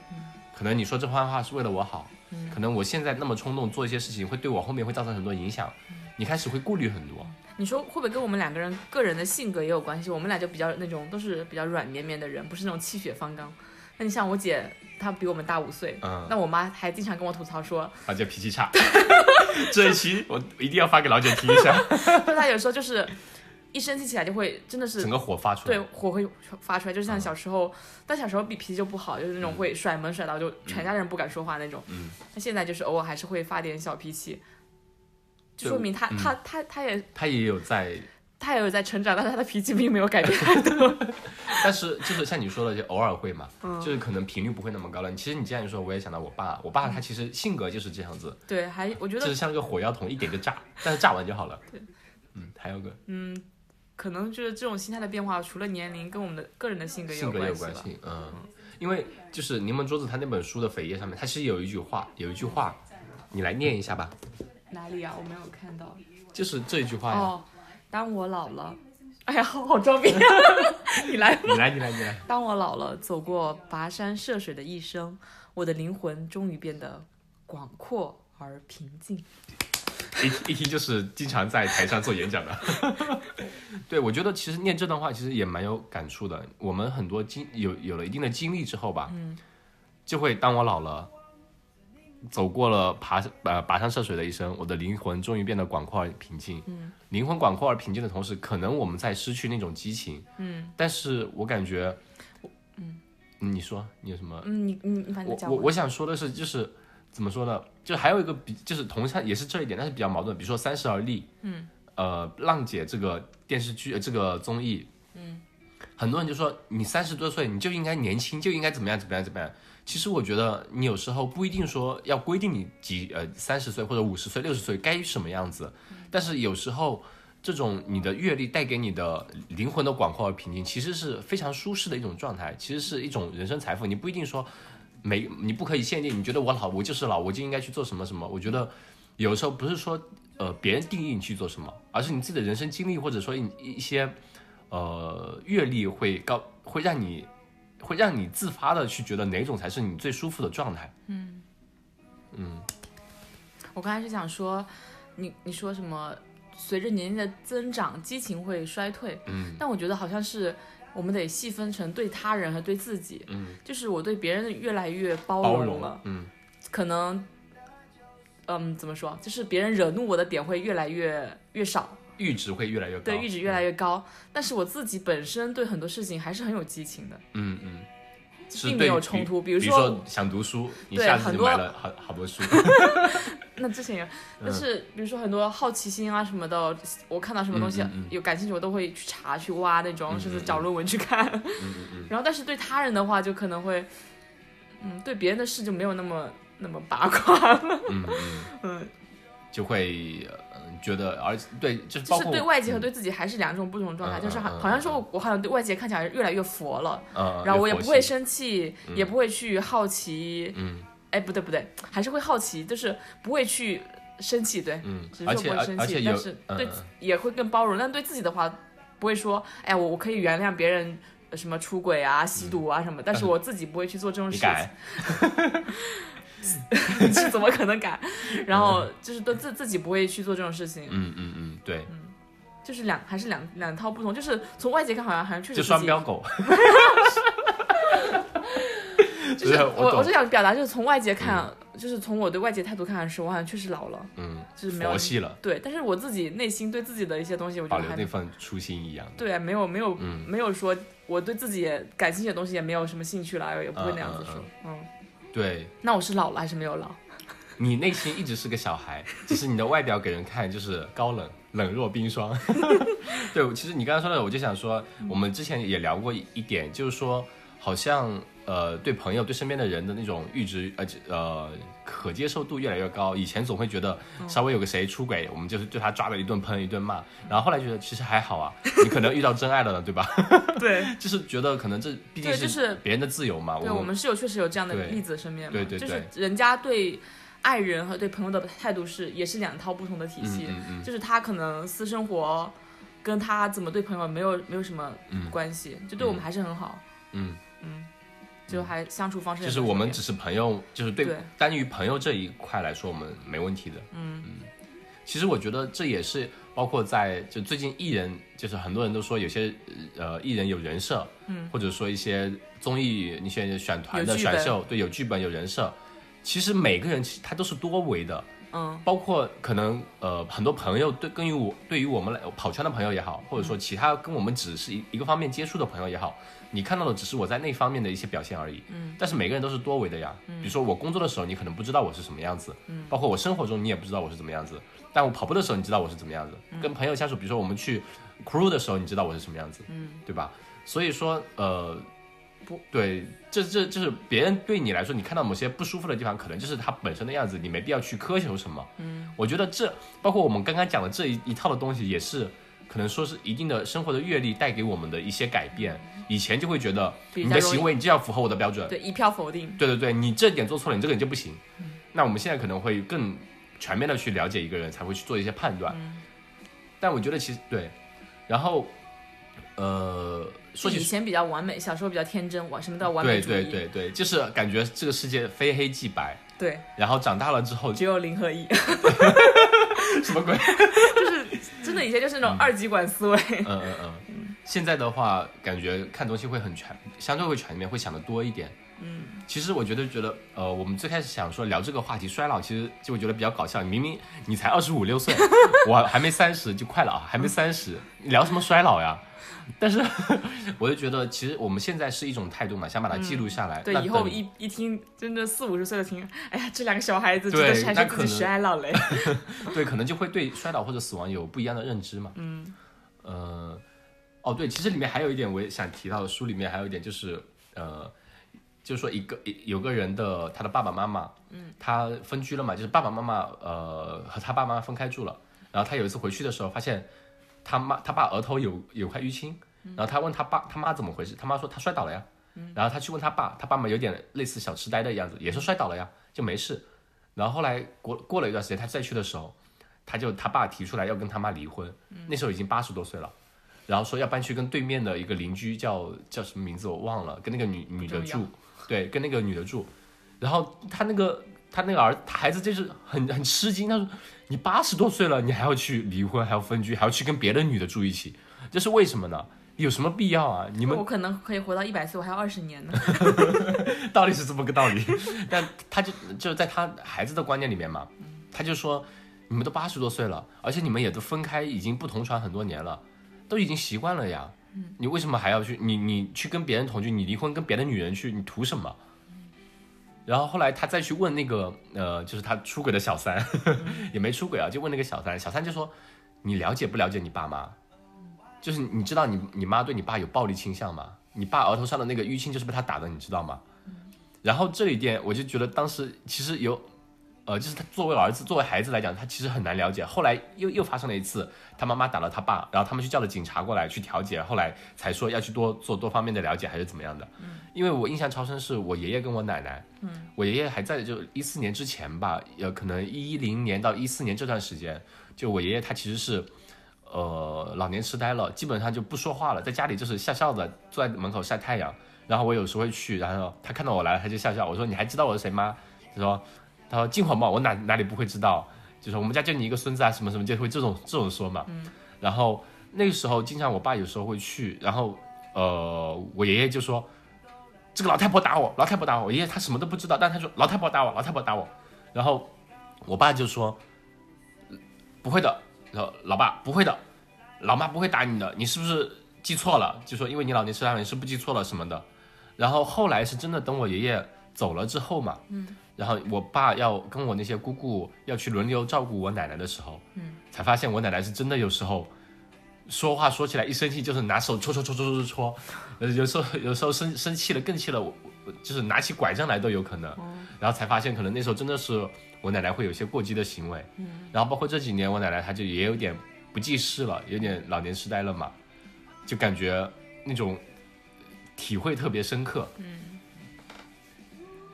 [SPEAKER 1] 可能你说这番话是为了我好，
[SPEAKER 2] 嗯
[SPEAKER 1] 可能我现在那么冲动做一些事情，会对我后面会造成很多影响。
[SPEAKER 2] 嗯
[SPEAKER 1] 你开始会顾虑很多，
[SPEAKER 2] 你说会不会跟我们两个人个人的性格也有关系？我们俩就比较那种都是比较软绵绵的人，不是那种气血方刚。那你像我姐，她比我们大五岁，
[SPEAKER 1] 嗯
[SPEAKER 2] 那我妈还经常跟我吐槽说，
[SPEAKER 1] 老姐啊脾气差。 这一期我一定要发给老姐听一 下，
[SPEAKER 2] 就她有时候就是一生气起来就会真的是
[SPEAKER 1] 整个火发出来。
[SPEAKER 2] 对火会发出来，
[SPEAKER 1] 嗯
[SPEAKER 2] 就是像小时候，但小时候比脾气就不好，就是那种会甩门甩到就全家人不敢说话那种。
[SPEAKER 1] 嗯，
[SPEAKER 2] 那现在就是偶尔还是会发点小脾气，
[SPEAKER 1] 对
[SPEAKER 2] 就说明她
[SPEAKER 1] 嗯
[SPEAKER 2] 她她她也
[SPEAKER 1] 他也有在
[SPEAKER 2] 他也有在成长，但他的脾气并没有改变 太多。
[SPEAKER 1] 但是就是像你说的，就偶尔会嘛，
[SPEAKER 2] 嗯
[SPEAKER 1] 就是可能频率不会那么高了。其实你这样一说，我也想到我爸，我
[SPEAKER 2] 嗯
[SPEAKER 1] 爸他其实性格就是这样子，
[SPEAKER 2] 对，还我觉
[SPEAKER 1] 就
[SPEAKER 2] 得
[SPEAKER 1] 是像个火药桶，一点就炸，但是炸完就好了。嗯，还有个
[SPEAKER 2] 可能就是这种心态的变化，除了年龄，跟我们的个人的性格也
[SPEAKER 1] 性格也有
[SPEAKER 2] 系吧。
[SPEAKER 1] 关系，嗯，因为就是《柠檬桌子》他那本书的扉页上面，他其实有一句话，有一句话，你来念一下吧，
[SPEAKER 2] 哪里啊？我没有看到。
[SPEAKER 1] 就是这一句话哎呀，
[SPEAKER 2] 哦，当我老了，哎呀，好好装逼， 你来。
[SPEAKER 1] 你来，你来，你来，
[SPEAKER 2] 当我老了，走过跋山涉水的一生，我的灵魂终于变得广阔而平静。
[SPEAKER 1] 一一听就是经常在台上做演讲的。 对，我觉得其实念这段话其实也蛮有感触的。我们很多经有有了一定的经历之后吧，嗯，就会当我老了，走过了爬呃跋山涉水的一生，我的灵魂终于变得广阔而平静。嗯，灵魂广阔而平静的同时，可能我们在失去那种激情。嗯，但是我感觉，嗯，你说你有什么
[SPEAKER 2] 嗯，你你你把你的
[SPEAKER 1] 我
[SPEAKER 2] 讲
[SPEAKER 1] 我
[SPEAKER 2] 完。
[SPEAKER 1] 我想说的是，就是怎么说呢？就还有一个比，就是同样也是这一点，但是比较矛盾。比如说《三十而立》，嗯，呃，浪姐这个电视剧、呃、这个综艺，嗯，很多人就说你三十多岁你就应该年轻，就应该怎么样怎么样怎么样。其实我觉得你有时候不一定说要规定你几呃三十岁或者五十岁、六十岁该什么样子，但是有时候。这种你的阅历带给你的灵魂的广阔而平静，其实是非常舒适的一种状态，其实是一种人生财富。你不一定说没，你不可以限定，你觉得我老，我就是老，我就应该去做什么什么。我觉得有时候不是说呃别人定义你去做什么，而是你自己的人生经历或者说你一些呃阅历会高，会让你会让你自发的去觉得哪种才是你最舒服的状态。
[SPEAKER 2] 我刚才是想说，你你说什么？随着年龄的增长，激情会衰退。嗯，但我觉得好像是我们得细分成对他人和对自己。嗯，就是我对别人越来越包
[SPEAKER 1] 包
[SPEAKER 2] 容了
[SPEAKER 1] 容，，嗯，
[SPEAKER 2] 可能，嗯，怎么说？就是别人惹怒我的点会越来越越少，
[SPEAKER 1] 阈值会越来越高。嗯
[SPEAKER 2] 对，阈值越来越高。但是我自己本身对很多事情还是很有激情的，
[SPEAKER 1] 嗯嗯，是
[SPEAKER 2] 并没
[SPEAKER 1] 对
[SPEAKER 2] 有
[SPEAKER 1] 比
[SPEAKER 2] 冲突。比
[SPEAKER 1] 比如
[SPEAKER 2] 如说，
[SPEAKER 1] 想读书，一
[SPEAKER 2] 对
[SPEAKER 1] 下子
[SPEAKER 2] 很
[SPEAKER 1] 就
[SPEAKER 2] 多
[SPEAKER 1] 买了好好多书。
[SPEAKER 2] 那之
[SPEAKER 1] 嗯
[SPEAKER 2] 前也，但是比如说很多好奇心啊什么的，我看到什么东西
[SPEAKER 1] 嗯嗯嗯
[SPEAKER 2] 有感兴趣，我都会去查去挖那种，甚至找论文去看。
[SPEAKER 1] 嗯嗯
[SPEAKER 2] 然后，但是对他人的话，就可能会，嗯，对别人的事就没有那么那么八卦了。
[SPEAKER 1] 嗯嗯，
[SPEAKER 2] 嗯，
[SPEAKER 1] 就会呃觉得，而且对，就是
[SPEAKER 2] 就
[SPEAKER 1] 包
[SPEAKER 2] 是
[SPEAKER 1] 括
[SPEAKER 2] 对
[SPEAKER 1] 我
[SPEAKER 2] 外界和对自己还是两种不同的状态。
[SPEAKER 1] 嗯
[SPEAKER 2] 就是
[SPEAKER 1] 嗯
[SPEAKER 2] 好，
[SPEAKER 1] 嗯
[SPEAKER 2] 好像说我我好像对外界看起来越来越佛了，
[SPEAKER 1] 呃，
[SPEAKER 2] 然后我也
[SPEAKER 1] 有
[SPEAKER 2] 不
[SPEAKER 1] 佛
[SPEAKER 2] 会
[SPEAKER 1] 系，
[SPEAKER 2] 生气，也不会去好奇，
[SPEAKER 1] 嗯。
[SPEAKER 2] 哎，不对不对，还是会好奇，就是不会去生气，对，
[SPEAKER 1] 嗯
[SPEAKER 2] 只，是
[SPEAKER 1] 而
[SPEAKER 2] 说
[SPEAKER 1] 且
[SPEAKER 2] 不会
[SPEAKER 1] 而
[SPEAKER 2] 生
[SPEAKER 1] 而
[SPEAKER 2] 气
[SPEAKER 1] 且，
[SPEAKER 2] 但
[SPEAKER 1] 有
[SPEAKER 2] 是
[SPEAKER 1] 嗯
[SPEAKER 2] 对自也会更包容，但对自己的话，不会说，哎，我我可以原谅别人呃什么出轨啊、吸毒啊什么，但是我自己不会去做这种
[SPEAKER 1] 嗯你
[SPEAKER 2] 事
[SPEAKER 1] 改
[SPEAKER 2] 情，这 怎么可能改？然后就是对自自己不会去做这种事情，
[SPEAKER 1] 嗯嗯嗯，对，
[SPEAKER 2] 就是两还是两两套不同，就是从外界看好像好像确实
[SPEAKER 1] 就
[SPEAKER 2] 自
[SPEAKER 1] 双
[SPEAKER 2] 己
[SPEAKER 1] 标 狗，
[SPEAKER 2] 就
[SPEAKER 1] 不
[SPEAKER 2] 是
[SPEAKER 1] 是我
[SPEAKER 2] 我
[SPEAKER 1] 懂
[SPEAKER 2] 我是想表达就是从外界看，就是从我对外界态度看来说，我好像确实老了，
[SPEAKER 1] 嗯，
[SPEAKER 2] 就是没有
[SPEAKER 1] 佛系了，
[SPEAKER 2] 对，但是我自己内心对自己的一些东西，我觉
[SPEAKER 1] 保
[SPEAKER 2] 得
[SPEAKER 1] 留
[SPEAKER 2] 还
[SPEAKER 1] 那份初心一样的，
[SPEAKER 2] 对，没有没有、
[SPEAKER 1] 嗯
[SPEAKER 2] 没有说我对自己也感兴趣的东西也没有什么兴趣了，也不会
[SPEAKER 1] 嗯
[SPEAKER 2] 那样子
[SPEAKER 1] 嗯
[SPEAKER 2] 说。嗯
[SPEAKER 1] 对
[SPEAKER 2] 那我是老了还是没有老？
[SPEAKER 1] 你内心一直是个小孩，只是你的外表给人看就是高冷，冷若冰霜。 对，其实你刚刚说的，我就想说，我们之前也聊过一一点，就是说，好像呃，对朋友、对身边的人的那种阈值，呃呃，可接受度越来越高。以前总会觉得
[SPEAKER 2] 嗯
[SPEAKER 1] 稍微有个谁出轨，我们就是对他抓了一顿喷一顿骂，然后后来觉得其实还好啊，你可能遇到真爱了 呢，对吧？
[SPEAKER 2] 对，
[SPEAKER 1] 就是觉得可能这毕竟
[SPEAKER 2] 对就是
[SPEAKER 1] 别人的自由嘛，
[SPEAKER 2] 对我
[SPEAKER 1] 我
[SPEAKER 2] 们是有确实有这样的
[SPEAKER 1] 对
[SPEAKER 2] 例子身边嘛，
[SPEAKER 1] 对对
[SPEAKER 2] 就是人家对爱人和对朋友的态度是也是两套不同的体系，
[SPEAKER 1] 嗯嗯
[SPEAKER 2] 就是他可能私生活跟他怎么对朋友没有没有什么
[SPEAKER 1] 嗯
[SPEAKER 2] 关系，就对我们还是很好，
[SPEAKER 1] 嗯。
[SPEAKER 2] 就还相处方式也
[SPEAKER 1] 就是
[SPEAKER 2] 很
[SPEAKER 1] 我
[SPEAKER 2] 熟
[SPEAKER 1] 们
[SPEAKER 2] 练
[SPEAKER 1] 只是朋友，就是对
[SPEAKER 2] 对
[SPEAKER 1] 单于朋友这一块来说，我们没问题的。嗯其实我觉得这也是包括在就最近艺人，就是很多人都说有些呃艺人有人设，嗯，或者说一些综艺那些选团的
[SPEAKER 2] 有剧本
[SPEAKER 1] 选秀，对，有剧本有人设。其实每个人其实他都是多维的，
[SPEAKER 2] 嗯
[SPEAKER 1] 包括可能呃很多朋友对跟于我对于我们来跑圈的朋友也好，或者说其他跟我们只是一一个方面接触的朋友也好，你看到的只是我在那方面的一些表现而已。
[SPEAKER 2] 嗯，
[SPEAKER 1] 但是每个人都是多维的呀。比如说我工作的时候，你可能不知道我是什么样子，
[SPEAKER 2] 嗯
[SPEAKER 1] 包括我生活中你也不知道我是怎么样子。但我跑步的时候，你知道我是怎么样子。
[SPEAKER 2] 嗯
[SPEAKER 1] 跟朋友相处，比如说我们去 crew 的时候，你知道我是什么样子，
[SPEAKER 2] 嗯，
[SPEAKER 1] 对吧？所以说呃。
[SPEAKER 2] 不
[SPEAKER 1] 对，这这就是别人对你来说，你看到某些不舒服的地方，可能就是他本身的样子，你没必要去苛求什么。
[SPEAKER 2] 嗯
[SPEAKER 1] 我觉得这包括我们刚刚讲的这一一套的东西，也是可能说是一定的生活的阅历带给我们的一些改变。以前就会觉得
[SPEAKER 2] 比
[SPEAKER 1] 你
[SPEAKER 2] 较
[SPEAKER 1] 的
[SPEAKER 2] 容易
[SPEAKER 1] 行为你就要符合我的标准，
[SPEAKER 2] 对，一票否定，
[SPEAKER 1] 对对对，你这点做错了，你这个人就不行。那我们现在可能会更全面的去了解一个人，才会去做一些判断。但我觉得其实对，然后呃，说
[SPEAKER 2] 以
[SPEAKER 1] 起
[SPEAKER 2] 前比较完美，小时候比较天真，我什么都要完美
[SPEAKER 1] 对
[SPEAKER 2] 主义，
[SPEAKER 1] 对对对，就是感觉这个世界非黑即白，
[SPEAKER 2] 对
[SPEAKER 1] 然后长大了之后
[SPEAKER 2] 只有零和一，
[SPEAKER 1] 什么鬼？
[SPEAKER 2] 真的以前就是那种二极管 思维，
[SPEAKER 1] 嗯嗯嗯，现在的话，感觉看东西会很全，相对会全面，会想的多一点。嗯，其实我觉得，觉得呃，我们最开始想说聊这个话题衰老，其实就我觉得比较搞笑。明明你才二十五六 岁，我还没三十，就快了啊，还
[SPEAKER 2] 嗯
[SPEAKER 1] 没三十，你聊什么衰老呀？但是 我就觉得，其实我们现在是一种态度嘛，想把它记录下来。
[SPEAKER 2] 嗯对，
[SPEAKER 1] 那
[SPEAKER 2] 以后
[SPEAKER 1] 等
[SPEAKER 2] 一一听，真的四五十岁的听，哎呀，这两个小孩子真
[SPEAKER 1] 对
[SPEAKER 2] 的是还
[SPEAKER 1] 那
[SPEAKER 2] 是
[SPEAKER 1] 可
[SPEAKER 2] 自
[SPEAKER 1] 能
[SPEAKER 2] 己衰老嘞。
[SPEAKER 1] 对，可能就会对衰老或者死亡有不一样的认知嘛。嗯，呃，哦对，其实里面还有一点我也想提到的，书里面还有一点就是，呃，就是说一个一有个人的他的爸爸妈妈，嗯，他分居了嘛，就是爸爸妈妈呃和他爸妈分开住了，然后他有一次回去的时候发现他妈他爸额头有有块淤青，然后他问他爸他妈怎么回事，他妈说他摔倒了呀。然后他去问他爸，他爸妈有点类似小痴呆的样子，也是摔倒了呀，就没事。然后后来过过了一段时间，他再去的时候，他就他爸提出来要跟他妈离婚，那时候已经八十多岁了，然后说要搬去跟对面的一个邻居叫叫什么名字我忘了，跟那个女女的
[SPEAKER 2] 重要
[SPEAKER 1] 住，对，跟那个女的住，然后他那个他那个儿他孩子就是很很吃惊，他说你八十多岁了，你还要去离婚，还要分居，还要去跟别的女的住一起，这是为什么呢？有什么必要啊？你们
[SPEAKER 2] 我可能可以活到一百岁，我还有二十年呢。
[SPEAKER 1] 道理是这么个道理，但他就就是在他孩子的观念里面嘛，他就说你们都八十多岁了，而且你们也都分开，已经不同床很多年了，都已经习惯了呀，你为什么还要去你你去跟别人同居，你离婚跟别的女人去，你图什么？然后后来他再去问那个呃，就是他出轨的小三， 也没出轨啊，就问那个小三，小三就说你了解不了解你爸妈？就是你知道你你妈对你爸有暴力倾向吗？你爸额头上的那个淤青就是被他打的，你知道吗？然后这一点我就觉得当时其实有，呃，就是他作为儿子作为孩子来讲，他其实很难了解。后来又又发生了一次，他妈妈打了他爸，然后他们去叫了警察过来去调解，后来才说要去多做多方面的了解还是怎么样的。因为我印象超深是我爷爷跟我奶奶，嗯，我爷爷还在就一四年之前吧，呃，可能一零年到一四年这段时间，就我爷爷他其实是。呃，老年痴呆了，基本上就不说话了，在家里就是笑笑的坐在门口晒太阳。然后我有时候会去，然后他看到我来了，他就笑笑。我说你还知道我是谁吗？他说他说金黄嘛，我哪哪里不会知道？就说我们家就你一个孙子啊，什么什么，就会这种这种说嘛。然后那个时候，经常我爸有时候会去，然后呃，我爷爷就说这个老太婆打我，老太婆打我。我爷爷他什么都不知道，但他说老太婆打我，老太婆打我。然后我爸就说不会的，然后老爸不会的，老妈不会打你的，你是不是记错了？就说因为你老年痴呆了，你是不是记错了什么的。然后后来是真的等我爷爷走了之后嘛，嗯，然后我爸要跟我那些姑姑要去轮流照顾我奶奶的时候，嗯，才发现我奶奶是真的有时候说话说起来一生气就是拿手戳戳戳戳戳戳，呃，有时候有时候生生气了更气了，我我就是拿起拐杖来都有可能，然后才发现可能那时候真的是我奶奶会有一些过激的行为，嗯，然后包括这几年我奶奶她就也有点不记事了，有点老年痴呆了嘛，就感觉那种体会特别深刻。嗯。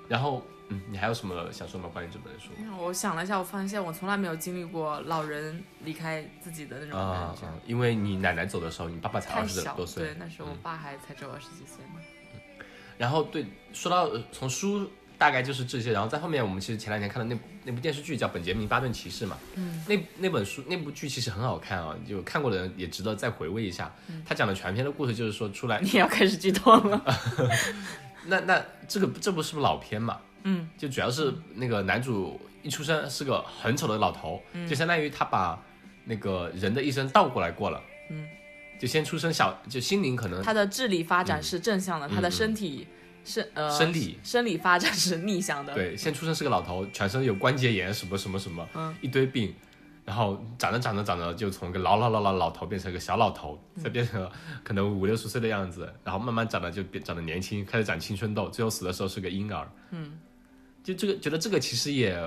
[SPEAKER 1] 然后，嗯，你还有什么想说吗？关于这本书？
[SPEAKER 2] 我想了一下，我发现我从来没有经历过老人离开自己的那种
[SPEAKER 1] 啊
[SPEAKER 2] 感觉，，
[SPEAKER 1] 因为你奶奶走的时候，你爸爸才
[SPEAKER 2] 太
[SPEAKER 1] 二十
[SPEAKER 2] 小
[SPEAKER 1] 多，岁嗯
[SPEAKER 2] 对，。那时候我爸还才只有二十几岁呢。
[SPEAKER 1] 然后对，说到呃从书大概就是这些，然后在后面我们其实前两年看的那那部电视剧叫《本杰明巴顿骑士》嘛，嗯，那那本书那部剧其实很好看啊，就看过的人也值得再回味一下。他讲的全篇的故事就是说出来
[SPEAKER 2] 你也要开始剧透了，
[SPEAKER 1] 那那这个这部是不是老片嘛？
[SPEAKER 2] 嗯，
[SPEAKER 1] 就主要是那个男主一出生是个很丑的老头，
[SPEAKER 2] 嗯
[SPEAKER 1] 就相当于他把那个人的一生倒过来过了，
[SPEAKER 2] 嗯，
[SPEAKER 1] 就先出生小，就心灵可能
[SPEAKER 2] 他的智力发展是正向的，
[SPEAKER 1] 嗯
[SPEAKER 2] 他的身体生呃
[SPEAKER 1] 生理
[SPEAKER 2] 生理发展是逆向的，
[SPEAKER 1] 对，先出生是个老头，全身有关节炎什么什么什么，
[SPEAKER 2] 嗯
[SPEAKER 1] 一堆病，然后长着长着长着就从个老老老老老头变成个小老头，再
[SPEAKER 2] 嗯
[SPEAKER 1] 变成了可能五六十岁的样子，然后慢慢长得就变长得年轻，开始长青春痘，最后死的时候是个婴儿。嗯，就这个觉得这个其实也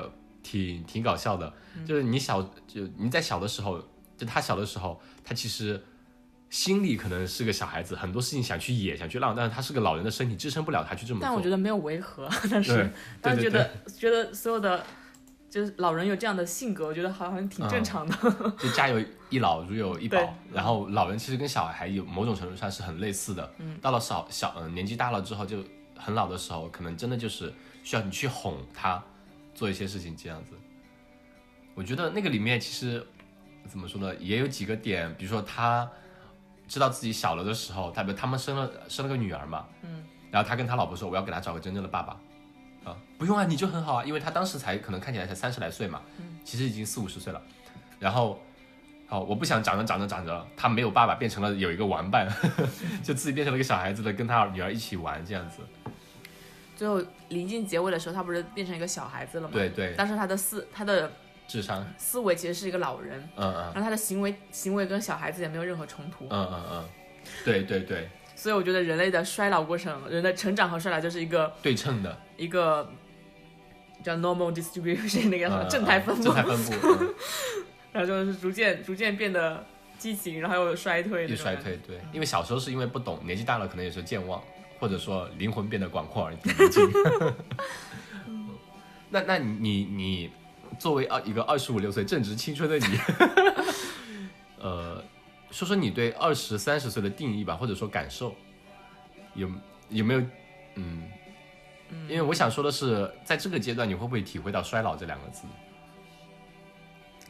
[SPEAKER 1] 挺挺搞笑的，
[SPEAKER 2] 嗯
[SPEAKER 1] 就是你小就你在小的时候，就他小的时候，他其实。心里可能是个小孩子，很多事情想去野，想去浪，但是他是个老人的身体支撑不了他去这么做。
[SPEAKER 2] 但我觉得没有违和，
[SPEAKER 1] 对
[SPEAKER 2] 但是但是
[SPEAKER 1] 对
[SPEAKER 2] 觉
[SPEAKER 1] 对
[SPEAKER 2] 得觉得所有的就是老人有这样的性格，我觉得好像挺正
[SPEAKER 1] 嗯
[SPEAKER 2] 常的。
[SPEAKER 1] 就家有一老如有一
[SPEAKER 2] 对
[SPEAKER 1] 宝，然后老人其实跟小孩有某种程度上是很类似的。嗯，到了小小、呃、年纪大了之后，就很老的时候，可能真的就是需要你去哄他，做一些事情这样子。我觉得那个里面其实怎么说呢，也有几个点，比如说他知道自己小了的时候，他比如他们生了生了个女儿嘛，
[SPEAKER 2] 嗯，
[SPEAKER 1] 然后他跟他老婆说，我要给他找个真正的爸爸。啊，不用啊，你就很好啊，因为他当时才可能看起来才三十来岁嘛，
[SPEAKER 2] 嗯
[SPEAKER 1] 其实已经四五十岁了。然后，好，哦我不想长着长着长着，他没有爸爸，变成了有一个玩伴， 就自己变成了一个小孩子的，跟他女儿一起玩这样子。
[SPEAKER 2] 最后临近结尾的时候，他不是变成一个小孩子了吗？
[SPEAKER 1] 对对，
[SPEAKER 2] 但是他的思他的
[SPEAKER 1] 智商，
[SPEAKER 2] 思维其实是一个老人，
[SPEAKER 1] 嗯嗯
[SPEAKER 2] 然后他的行为行为跟小孩子也没有任何冲突，
[SPEAKER 1] 嗯嗯嗯，对对对，
[SPEAKER 2] 所以我觉得人类的衰老过程，人的成长和衰老就是一个
[SPEAKER 1] 对称的，
[SPEAKER 2] 一个叫 normal distribution 那个叫什么
[SPEAKER 1] 嗯
[SPEAKER 2] 正态分
[SPEAKER 1] 嗯
[SPEAKER 2] 布，
[SPEAKER 1] 正态分布嗯
[SPEAKER 2] 然后就是逐渐逐渐变得畸形，然后又衰退，
[SPEAKER 1] 越衰。退，对，因为小时候是因为不懂，年纪大了可能有时候健忘，或者说灵魂变得广阔而已。 那那你你作为二一个二十五六岁正值青春的你，呃，说说你对二十三十岁的定义吧，或者说感受，有有没有嗯？因为我想说的是，在这个阶段，你会不会体会到衰老这两个字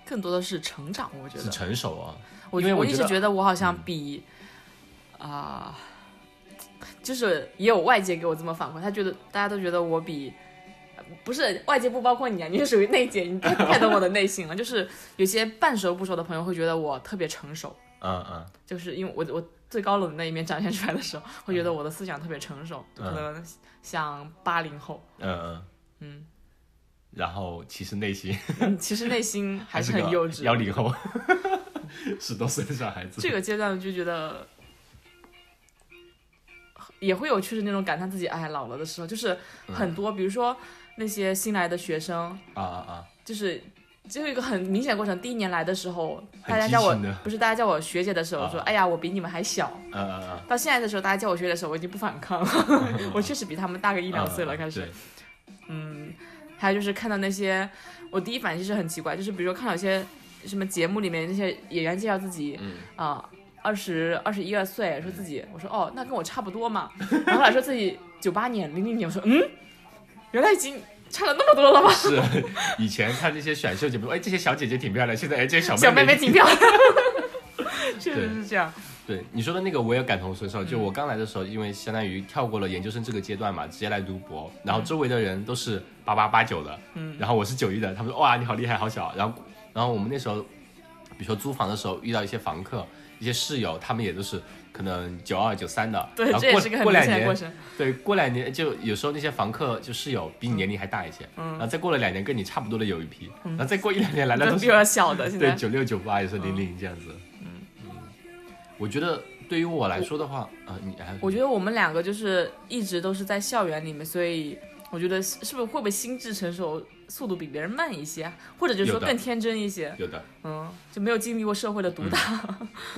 [SPEAKER 2] 更多的是成长，我觉
[SPEAKER 1] 是
[SPEAKER 2] 得。
[SPEAKER 1] 成熟啊？
[SPEAKER 2] 我
[SPEAKER 1] 因为我
[SPEAKER 2] 一
[SPEAKER 1] 觉
[SPEAKER 2] 直
[SPEAKER 1] 得嗯
[SPEAKER 2] 觉得我好像比啊、就是也有外界给我这么反馈，他觉得大家都觉得我比。不是外界不包括你啊，你是属于内界，你太太懂我的内心了。 就是有些半熟不熟的朋友会觉得我特别成熟，
[SPEAKER 1] 嗯嗯
[SPEAKER 2] 就是因为我我最高冷的那一面展现出来的时候，会觉
[SPEAKER 1] 嗯
[SPEAKER 2] 得我的思想特别成熟，就可能像八零后。
[SPEAKER 1] 嗯嗯，
[SPEAKER 2] 嗯，
[SPEAKER 1] 然后其实内心。
[SPEAKER 2] 嗯其实内心还是
[SPEAKER 1] 个
[SPEAKER 2] 很幼稚的。
[SPEAKER 1] 幺零后， 十多岁的小 孩子。
[SPEAKER 2] 这个阶段就觉得也会有就是那种感叹自己哎老了的时候，就是
[SPEAKER 1] 嗯
[SPEAKER 2] 很多，比如说那些新来的学生，
[SPEAKER 1] 啊啊啊！
[SPEAKER 2] 就是只有一个很明显的过程。第一年来的时候，大家
[SPEAKER 1] 激
[SPEAKER 2] 叫我
[SPEAKER 1] 情的
[SPEAKER 2] 不是大家叫我学姐的时候说，
[SPEAKER 1] 啊
[SPEAKER 2] 哎呀我比你们还小。
[SPEAKER 1] 呃呃，啊
[SPEAKER 2] 到现在的时候，大家叫我学姐的时候，我已经不反抗了， 我确实比他们大个一两岁了，开始。。
[SPEAKER 1] 哎啊
[SPEAKER 2] 嗯，还有就是看到那些，我第一反应是很奇怪，就是比如说看到有些什么节目里面那些演员介绍自己
[SPEAKER 1] 嗯，
[SPEAKER 2] 啊、二十二十一二岁，说自己，我说哦，那跟我差不多嘛，然后后来说自己九八年、零零年，我说嗯，原来已经差了那么多了吧，
[SPEAKER 1] 对是以前看这些选秀节目，哎，这些小姐姐挺漂亮，现在哎，这些小
[SPEAKER 2] 小
[SPEAKER 1] 妹
[SPEAKER 2] 妹妹挺 漂亮，确
[SPEAKER 1] 对
[SPEAKER 2] 实是这样，
[SPEAKER 1] 对你说的那个，我也感同身受。
[SPEAKER 2] 嗯
[SPEAKER 1] 就我刚来的时候，因为相当于跳过了研究生这个阶段嘛，直接来读博，
[SPEAKER 2] 嗯
[SPEAKER 1] 然后周围的人都是八八八九的，嗯，然后我是九一的，他们说哇你好厉害，好小。啊然后然后我们那时候，比如说租房的时候遇到一些房客、一些室友，他们也都是可能九二九三的，
[SPEAKER 2] 对
[SPEAKER 1] 然，后
[SPEAKER 2] 这也
[SPEAKER 1] 过
[SPEAKER 2] 是个很
[SPEAKER 1] 啊过
[SPEAKER 2] 明
[SPEAKER 1] 两
[SPEAKER 2] 显的
[SPEAKER 1] 年
[SPEAKER 2] 过程，
[SPEAKER 1] 对，过两年就有时候那些房客就室友比你年龄还大一些，然后再过了两年跟你差不多的有一批，然后再过一两年来了
[SPEAKER 2] 对
[SPEAKER 1] 嗯都
[SPEAKER 2] 比
[SPEAKER 1] 是
[SPEAKER 2] 我小的现
[SPEAKER 1] 对
[SPEAKER 2] 在，
[SPEAKER 1] 九六九八也是零零这样子，嗯嗯，我觉得对于我来说的话，啊、你还
[SPEAKER 2] 我觉得我们两个就是一直都是在校园里面，所以我觉得是是不是会不会心智成熟速度比别人慢一些，或者就是说
[SPEAKER 1] 有的
[SPEAKER 2] 更天真一些？
[SPEAKER 1] 有的，
[SPEAKER 2] 嗯，就没有经历过社会的毒打。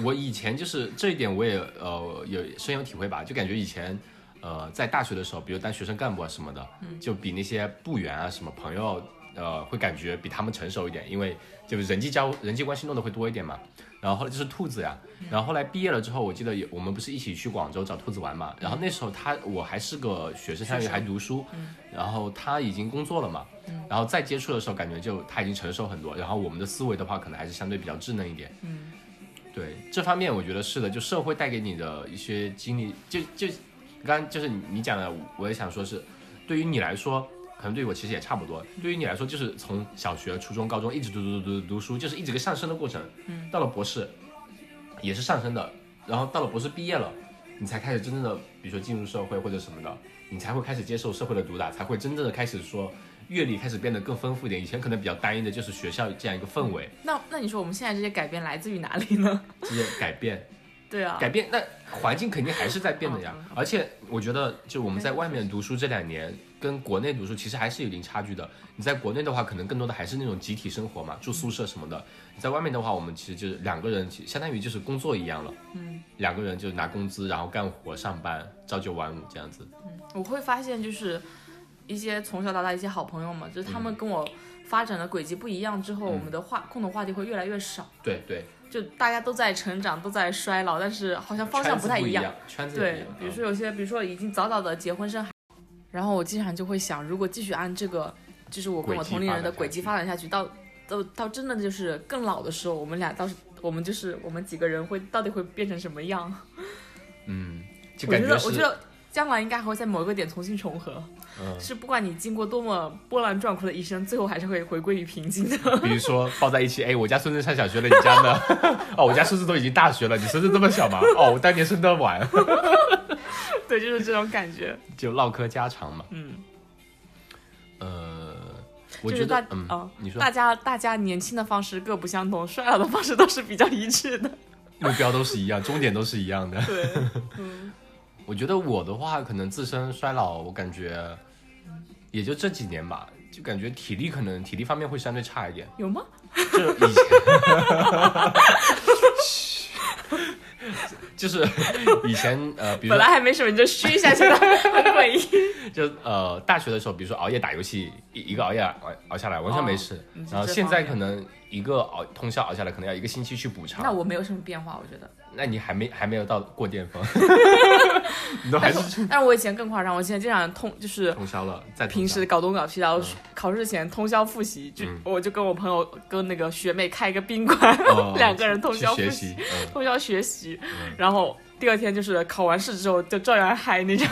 [SPEAKER 1] 我以前就是这一点我也呃有深有体会吧，就感觉以前。呃，在大学的时候，比如当学生干部啊什么的，就比那些部员啊什么朋友，呃，会感觉比他们成熟一点，因为就是人际交人际关系弄得会多一点嘛。然后后来就是兔子呀，然后后来毕业了之后，我记得有我们不是一起去广州找兔子玩嘛，然后那时候他我还是个嗯学生，嗯相当于还读书，然后他已经工作了嘛，然后再接触的时候感觉就他已经成熟很多，然后我们的思维的话可能还是相对比较稚嫩一点，嗯，对这方面我觉得是的，就社会带给你的一些经历，就就刚刚就是你你讲的，我也想说是，对于你来说，可能对于我其实也差不多。对于你来说，就是从小学、初中、高中一直读读读读读书，就是一直个上升的过程。嗯，到了博士也是上升的，然后到了博士毕业了，你才开始真正的，比如说进入社会或者什么的，你才会开始接受社会的毒打，才会真正的开始说阅历开始变得更丰富一点。以前可能比较单一的就是学校这样一个氛围，
[SPEAKER 2] 那那你说我们现在这些改变来自于哪里呢？
[SPEAKER 1] 这些改变。
[SPEAKER 2] 对啊，
[SPEAKER 1] 改变，那环境肯定还是在变的呀
[SPEAKER 2] 嗯。
[SPEAKER 1] 而且我觉得，就我们在外面读书这两年，跟国内读书其实还是有一定差距的。你在国内的话，可能更多的还是那种集体生活
[SPEAKER 2] 嗯
[SPEAKER 1] 嘛，住宿舍什么的。你在外面的话，我们其实就是两个人，其相当于就是工作一样了。嗯，两个人就拿工资，然后干活、上班，朝九晚五这样子。
[SPEAKER 2] 我会发现就是一些从小到大一些好朋友嘛，就是他们跟我发展的轨迹不一样之后，我们的话共同话题会越来越少，
[SPEAKER 1] 对对，
[SPEAKER 2] 就大家都在成长，都在衰老，但是好像方
[SPEAKER 1] 圈
[SPEAKER 2] 向
[SPEAKER 1] 子
[SPEAKER 2] 太
[SPEAKER 1] 一
[SPEAKER 2] 样。，
[SPEAKER 1] 圈子也不一
[SPEAKER 2] 对
[SPEAKER 1] 样，。
[SPEAKER 2] 比如
[SPEAKER 1] 嗯
[SPEAKER 2] 说有些，比如说已经早早的结婚生孩，然后我经常就会想，如果继续按这个，就是我跟我
[SPEAKER 1] 轨迹
[SPEAKER 2] 同龄人的
[SPEAKER 1] 发展下去
[SPEAKER 2] 轨迹发展下去，到到到真的就是更老的时候，我们俩到时我们就是我们几个人会到底会变成什么样？
[SPEAKER 1] 嗯，就
[SPEAKER 2] 我
[SPEAKER 1] 感
[SPEAKER 2] 觉得
[SPEAKER 1] 是
[SPEAKER 2] 我觉得将来应该还会在某一个点重新重合，
[SPEAKER 1] 嗯
[SPEAKER 2] 是不管你经过多么波澜壮阔的一生，最后还是会回归于平静的。
[SPEAKER 1] 比如说抱在一起，哎，我家孙子上小学了，你家呢？ 哦，我家孙子都已经大学了，你孙子这么小吗？哦，我当年生的晚，
[SPEAKER 2] 对，就是这种感觉。
[SPEAKER 1] 就唠嗑家常嘛。
[SPEAKER 2] 嗯，
[SPEAKER 1] 呃，我
[SPEAKER 2] 就
[SPEAKER 1] 觉
[SPEAKER 2] 是大
[SPEAKER 1] 得，嗯，
[SPEAKER 2] 啊
[SPEAKER 1] 你说
[SPEAKER 2] 大家大家年轻的方式各不相同，衰老的方式都是比较一致的。
[SPEAKER 1] 目标都是一样，终点都是一样的。
[SPEAKER 2] 对，
[SPEAKER 1] 我觉得我的话，可能自身衰老，我感觉也就这几年吧，就感觉体力可能体力方面会相对差一点。
[SPEAKER 2] 有吗？
[SPEAKER 1] 就以前， 就是以前呃，比如
[SPEAKER 2] 本
[SPEAKER 1] 说
[SPEAKER 2] 来还没什么，你就虚一下，觉 得很诡异。
[SPEAKER 1] 就呃，大学的时候，比如说熬夜打游戏，一一个熬夜熬熬下来完全没事。
[SPEAKER 2] 哦你是
[SPEAKER 1] 然后
[SPEAKER 2] 这
[SPEAKER 1] 现
[SPEAKER 2] 方
[SPEAKER 1] 在
[SPEAKER 2] 面
[SPEAKER 1] 可能一个熬通宵熬下来，可能要一个星期去补偿。
[SPEAKER 2] 那我没有什么变化，我觉得。
[SPEAKER 1] 那你还没还没有到过巅 峰，你都还
[SPEAKER 2] 但
[SPEAKER 1] 是
[SPEAKER 2] 是，但是我以前更夸张，我以前经常通就是
[SPEAKER 1] 通宵了，再通
[SPEAKER 2] 平
[SPEAKER 1] 宵
[SPEAKER 2] 时搞东搞西，然后考试前通宵复习，就、
[SPEAKER 1] 嗯
[SPEAKER 2] 我就跟我朋友跟那个学妹开一个宾馆，
[SPEAKER 1] 哦
[SPEAKER 2] 两个人通
[SPEAKER 1] 去
[SPEAKER 2] 宵复
[SPEAKER 1] 学
[SPEAKER 2] 习，
[SPEAKER 1] 习，
[SPEAKER 2] 嗯
[SPEAKER 1] 嗯，
[SPEAKER 2] 通宵学习，然后第二天就是考完试之后就照样嗨那 种。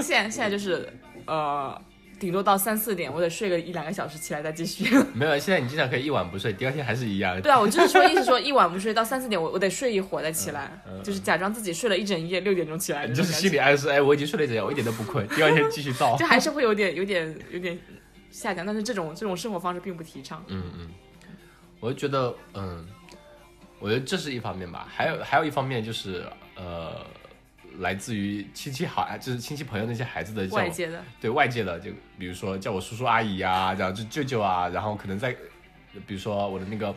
[SPEAKER 2] 现在现在就是呃，顶多到三四点，我得睡个一两个小时，起来再继续。
[SPEAKER 1] 没有，啊现在你经常可以一晚不睡，第二天还是一样。
[SPEAKER 2] 对啊，我就是说意思说一晚不睡到三四点，我我得睡一会儿再起来，
[SPEAKER 1] 嗯嗯
[SPEAKER 2] 就是假装自己睡了一整夜，六点钟起来
[SPEAKER 1] 你
[SPEAKER 2] 那
[SPEAKER 1] 就
[SPEAKER 2] 种
[SPEAKER 1] 是
[SPEAKER 2] 感
[SPEAKER 1] 心
[SPEAKER 2] 觉，
[SPEAKER 1] 理暗示，哎，我已经睡了一整夜，我一点都不困，第二天继续造。
[SPEAKER 2] 就还是会有点有点有点下降，但是这种这种生活方式并不提倡。
[SPEAKER 1] 嗯嗯，我就觉得，嗯，我觉得这是一方面吧，还有还有一方面就是，呃，来自于亲戚好，就是亲戚朋友那些孩子的叫
[SPEAKER 2] 外
[SPEAKER 1] 我
[SPEAKER 2] 界的，
[SPEAKER 1] 对外界的，就比如说叫我叔叔阿姨啊，然后就舅舅啊，然后可能在，比如说我的那个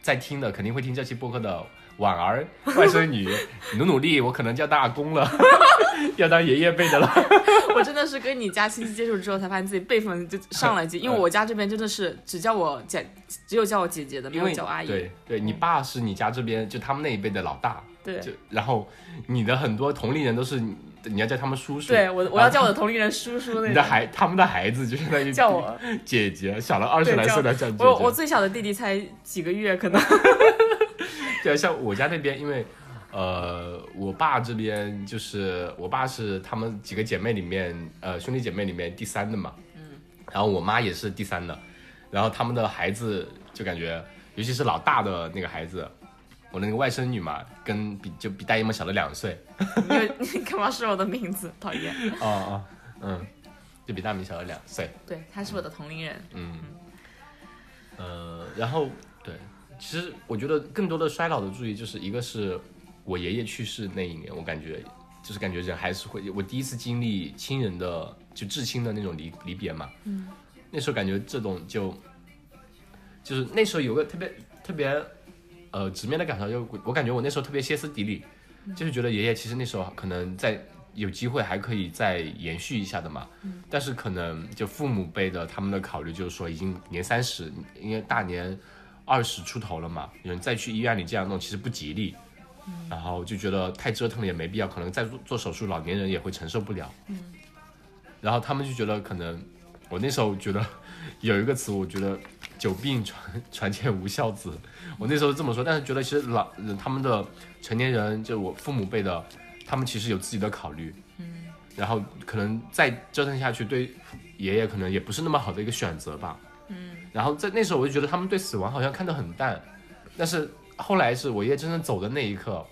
[SPEAKER 1] 在听的肯定会听这期播客的婉儿外甥 女，努努力，我可能就要当阿公了， 要当爷爷辈的 了。
[SPEAKER 2] 我真的是跟你家亲戚接触之后，才发现自己辈分就上来一级，因为我家这边真的是只叫我姐，只有叫我姐姐的，没
[SPEAKER 1] 因
[SPEAKER 2] 有
[SPEAKER 1] 为
[SPEAKER 2] 叫阿姨。嗯
[SPEAKER 1] 对对，你爸是你家这边就他们那一辈的老大，
[SPEAKER 2] 对
[SPEAKER 1] 就然后你的很多同龄人都是你你要叫他们叔叔，
[SPEAKER 2] 对，我我
[SPEAKER 1] 然
[SPEAKER 2] 要
[SPEAKER 1] 后
[SPEAKER 2] 叫我的同龄人叔叔
[SPEAKER 1] 你的
[SPEAKER 2] 那种，
[SPEAKER 1] 孩他们的孩子就相当于
[SPEAKER 2] 叫我。
[SPEAKER 1] 姐姐，小了二十
[SPEAKER 2] 对
[SPEAKER 1] 来
[SPEAKER 2] 叫
[SPEAKER 1] 岁的叫姐姐。
[SPEAKER 2] 我我最小的弟弟才几个月，可能
[SPEAKER 1] 对，像我家那边，因为呃，我爸这边就是我爸是他们几个姐妹里面，呃，兄弟姐妹里面第三的嘛，嗯，然后我妈也是第三的，然后他们的孩子就感觉，尤其是老大的那个孩子，我那个外甥女嘛，跟比就比大姨妈小了两岁，
[SPEAKER 2] 你有你干嘛说我的名字？讨厌。
[SPEAKER 1] 哦哦，嗯，就比大明小了两岁，
[SPEAKER 2] 对，他是我的同龄人。
[SPEAKER 1] 嗯，呃，然后对，其实我觉得更多的衰老的注意，就是一个是我爷爷去世那一年，我感觉就是感觉人还是会，我第一次经历亲人的就至亲的那种离离别嘛，嗯，那时候感觉这种就就是那时候有个特别特别呃直面的感受，就我我感觉我那时候特别歇斯底里，就是觉得爷爷其实那时候可能在有机会还可以再延续一下的嘛，但是可能就父母辈的他们的考虑就是说，已经年三十，因为大年二十出头了嘛，人再去医院里这样弄其实不吉利，然后就觉得太折腾了也没必要，可能再做做手术，老年人也会承受不了。嗯，然后他们就觉得可能，我那时候觉得有一个词，我觉得久病床床前无孝子，我那时候这么说，但是觉得其实老他们的成年人，就我父母辈的，他们其实有自己的考虑。然后可能再折腾下去，对爷爷可能也不是那么好的一个选择吧。嗯，然后在那时候我就觉得他们对死亡好像看得很淡，但是后来是我爷爷真正走的那一刻，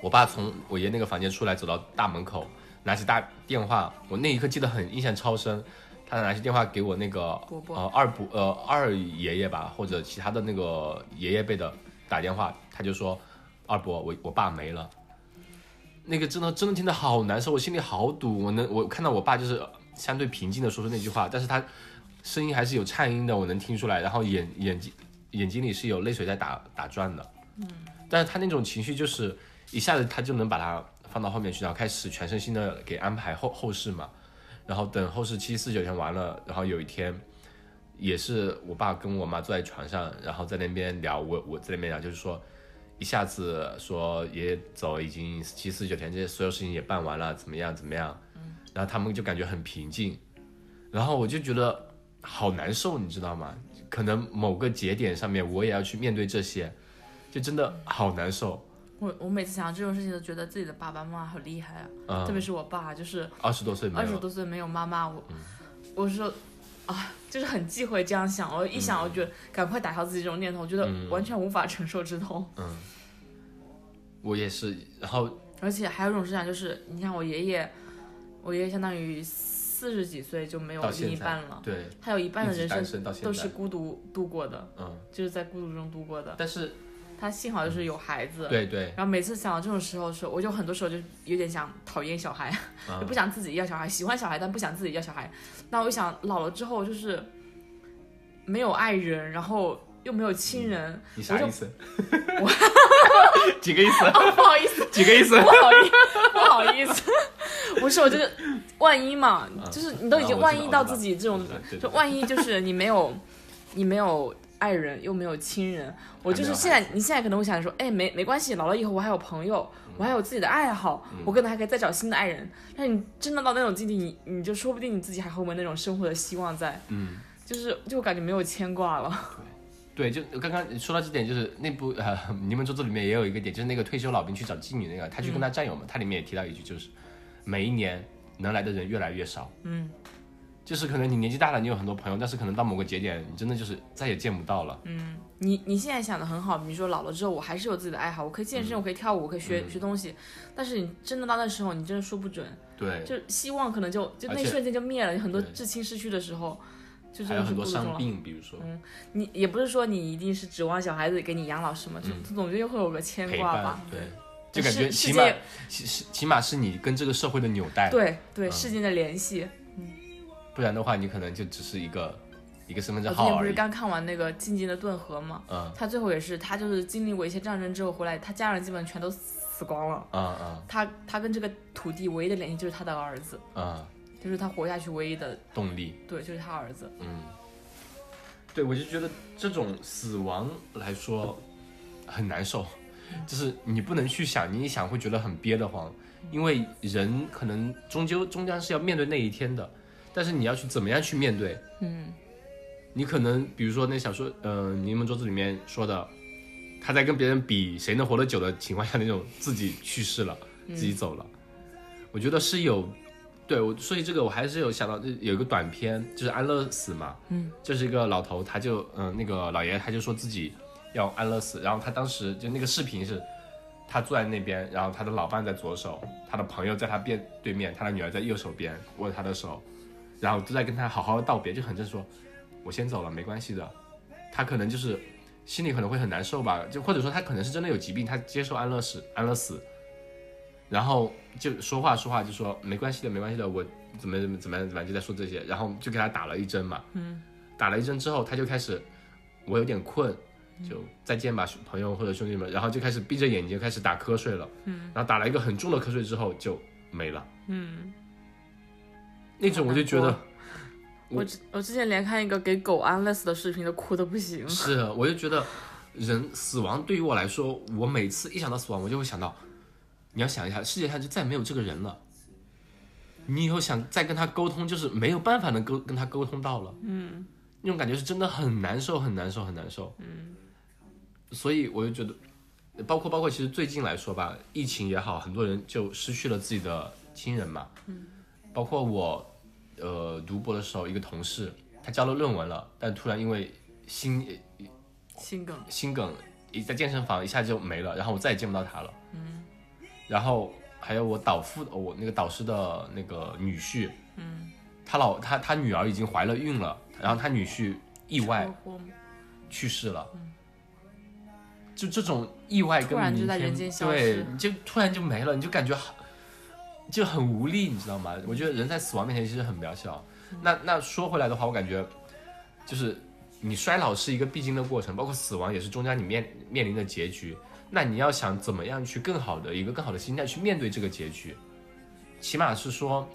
[SPEAKER 1] 我爸从我爷那个房间出来，走到大门口，拿起大电话，我那一刻记得很印象超深。他拿起电话给我那个
[SPEAKER 2] 伯伯
[SPEAKER 1] 呃二伯呃二爷爷吧，或者其他的那个爷爷辈的打电话，他就说二伯我我爸没了，那个真的真的听得好难受，我心里好堵。我能我看到我爸就是相对平静的说出那句话，但是他声音还是有颤音的，我能听出来，然后眼眼睛眼睛里是有泪水在打打转的，嗯，但是他那种情绪就是一下子他就能把它放到后面去，然后开始全身心的给安排后后事嘛。然后等后事期四九天完了，然后有一天，也是我爸跟我妈坐在床上，然后在那边聊，我我在那边聊，就是说，一下子说爷爷走已经七四九天，这些所有事情也办完了，怎么样怎么样，然后他们就感觉很平静，然后我就觉得好难受，你知道吗？可能某个节点上面我也要去面对这些，就真的好难受。
[SPEAKER 2] 我我每次想到这种事情，都觉得自己的爸爸妈妈好厉害啊，特
[SPEAKER 1] 嗯，
[SPEAKER 2] 别是我爸，就是
[SPEAKER 1] 二十多岁没
[SPEAKER 2] 二十
[SPEAKER 1] 有，嗯
[SPEAKER 2] 多岁没有妈妈，我、我是说啊，就是很忌讳这样想，我一
[SPEAKER 1] 嗯
[SPEAKER 2] 想我就赶快打消自己这种念头，我觉得完全无法承受之痛。
[SPEAKER 1] 嗯，我也是，然后
[SPEAKER 2] 而且还有一种思想就是，你像我爷爷，我爷爷相当于四十几岁就没有
[SPEAKER 1] 到现
[SPEAKER 2] 另一
[SPEAKER 1] 在
[SPEAKER 2] 半了，
[SPEAKER 1] 对。
[SPEAKER 2] 他有一半的
[SPEAKER 1] 一直
[SPEAKER 2] 人
[SPEAKER 1] 单
[SPEAKER 2] 生
[SPEAKER 1] 身到现在
[SPEAKER 2] 都是孤独度过的，
[SPEAKER 1] 嗯，
[SPEAKER 2] 就是在孤独中度过的。
[SPEAKER 1] 但是
[SPEAKER 2] 他幸好就是有孩子。
[SPEAKER 1] 对对，
[SPEAKER 2] 然后每次想到这种时候的时候，我就很多时候就有点想讨厌小孩，
[SPEAKER 1] 嗯
[SPEAKER 2] 就不想自己要小孩，喜欢小孩但不想自己要小孩。那我想老了之后就是没有爱人，然后又没有亲人，
[SPEAKER 1] 你
[SPEAKER 2] 我
[SPEAKER 1] 啥
[SPEAKER 2] 就
[SPEAKER 1] 意思？ 几个意思？
[SPEAKER 2] 哦不好意思，
[SPEAKER 1] 几个意思？
[SPEAKER 2] 不好意不好意思，不是我就是万一嘛，就是你都已经
[SPEAKER 1] 啊我知道
[SPEAKER 2] 万一到自己这种
[SPEAKER 1] 我知道对对，
[SPEAKER 2] 就万一就是你没有你没有爱人又没有亲人，我就是现
[SPEAKER 1] 还没有
[SPEAKER 2] 在你现在可能会想说，哎没没关系，老了以后我还有朋友，
[SPEAKER 1] 嗯
[SPEAKER 2] 我还有自己的爱好，我可能还可以再找新的爱人。但你真的到那种境地，你你就说不定你自己还会没有那种生活的希望在，
[SPEAKER 1] 嗯，
[SPEAKER 2] 就是就感觉没有牵挂了。
[SPEAKER 1] 对，就刚刚说到这点，就是那部呃《柠檬周子》里面也有一个点，就是那个退休老兵去找妓女那个，他
[SPEAKER 2] 嗯
[SPEAKER 1] 去跟他战友嘛，他里面也提到一句，就是每一年能来的人越来越少。
[SPEAKER 2] 嗯，
[SPEAKER 1] 就是可能你年纪大了，你有很多朋友，但是可能到某个节点，你真的就是再也见不到
[SPEAKER 2] 嗯
[SPEAKER 1] 了。
[SPEAKER 2] 你你现在想的很好，比如说老了之后，我还是有自己的爱好，我可以健
[SPEAKER 1] 嗯
[SPEAKER 2] 身，我可以跳舞，我可以学、学东西。但是你真的到那时候，你真的说不准，
[SPEAKER 1] 对，
[SPEAKER 2] 就希望可能就就
[SPEAKER 1] 而且
[SPEAKER 2] 那一瞬间就灭了。有很多
[SPEAKER 1] 对
[SPEAKER 2] 至亲失去的时候，就
[SPEAKER 1] 还
[SPEAKER 2] 真
[SPEAKER 1] 有很
[SPEAKER 2] 的是
[SPEAKER 1] 多
[SPEAKER 2] 不如
[SPEAKER 1] 伤
[SPEAKER 2] 了。嗯
[SPEAKER 1] 病，比如说
[SPEAKER 2] 你也不是说你一定是指望小孩子给你养老什么，就就总觉得会有个牵
[SPEAKER 1] 嗯陪
[SPEAKER 2] 挂
[SPEAKER 1] 伴
[SPEAKER 2] 吧。，
[SPEAKER 1] 对，就
[SPEAKER 2] 就
[SPEAKER 1] 感觉
[SPEAKER 2] 世世
[SPEAKER 1] 起
[SPEAKER 2] 界
[SPEAKER 1] 码起起起码是你跟这个社会的纽带。
[SPEAKER 2] 对对，世间的联系。
[SPEAKER 1] 不然的话，你可能就只是一个一个身份
[SPEAKER 2] 我
[SPEAKER 1] 证号
[SPEAKER 2] 今呃天不
[SPEAKER 1] 而
[SPEAKER 2] 是
[SPEAKER 1] 已。
[SPEAKER 2] 刚看完那个《静静的顿河》吗？
[SPEAKER 1] 嗯
[SPEAKER 2] 他最后也是，他就是经历过一些战争之后回来，他家人基本全都死光了。
[SPEAKER 1] 嗯嗯
[SPEAKER 2] 他他跟这个土地唯一的联系就是他的儿子。
[SPEAKER 1] 嗯，
[SPEAKER 2] 就是他活下去唯一的，
[SPEAKER 1] 动力，
[SPEAKER 2] 对，就是他儿子。
[SPEAKER 1] 嗯，对我就觉得这种死亡来说很难受，就是你不能去想，你一想会觉得很憋得慌，因为人可能终究终将是要面对那一天的，但是你要去怎么样去面对，
[SPEAKER 2] 嗯，
[SPEAKER 1] 你可能比如说那小说，呃，柠檬桌子里面说的，他在跟别人比谁能活得久的情况下，那种自己去世了，自己走了，我觉得是有，对我，所以这个我还是有想到，就有一个短片，就是安乐死嘛，嗯，就是一个老头，他就，嗯、那个老爷爷他就说自己要安乐死，然后他当时就那个视频是。他坐在那边，然后他的老伴在左手，他的朋友在他边对面，他的女儿在右手边握着他的手，然后都在跟他好好的道别，就很正说，我先走了，没关系的。他可能就是心里可能会很难受吧，就或者说他可能是真的有疾病，他接受安乐死，安乐死，然后就说话说话就说没关系的，没关系的，我怎么怎么怎么样怎么样就在说这些，然后就给他打了一针嘛，嗯，打了一针之后他就开始我有点困，就再见吧朋友或者兄弟们，然后就开始闭着眼睛就开始打瞌睡了，嗯，然后打了一个很重的瞌睡之后就没了，嗯，那种我就觉
[SPEAKER 2] 好
[SPEAKER 1] 得
[SPEAKER 2] 难。我之我之前连看一个给狗安乐死的视频都哭的不行。
[SPEAKER 1] 是，我就觉得人死亡对于我来说，我每次一想到死亡，我就会想到，你要想一下，世界上就再没有这个人了。你以后想再跟他沟通，就是没有办法能沟跟他沟通到了，嗯，那种感觉是真的很难受，很难受，很难受，嗯。所以我就觉得，包括包括其实最近来说吧，疫情也好，很多人就失去了自己的亲人嘛，嗯，包括我呃读博的时候，一个同事他交了论文了，但突然因为心
[SPEAKER 2] 心梗，
[SPEAKER 1] 心梗一在健身房一下就没了，然后我再也见不到他了。嗯，然后还有我导父哦我那个导师的那个女婿，嗯，他老他他女儿已经怀了孕了，然后他女婿意外
[SPEAKER 2] 车祸吗
[SPEAKER 1] 去世了。就这种意外跟
[SPEAKER 2] 突然就
[SPEAKER 1] 明
[SPEAKER 2] 在
[SPEAKER 1] 天
[SPEAKER 2] 人间消
[SPEAKER 1] 对
[SPEAKER 2] 失，
[SPEAKER 1] 你就突然就没了，你就感觉很就很无力，你知道吗？我觉得人在死亡面前其实很渺小。
[SPEAKER 2] 嗯
[SPEAKER 1] 那那说回来的话，我感觉就是你衰老是一个必经的过程，包括死亡也是中间你面面临的结局。那你要想怎么样去更好的一个更好的心态去面对这个结局，起码是说，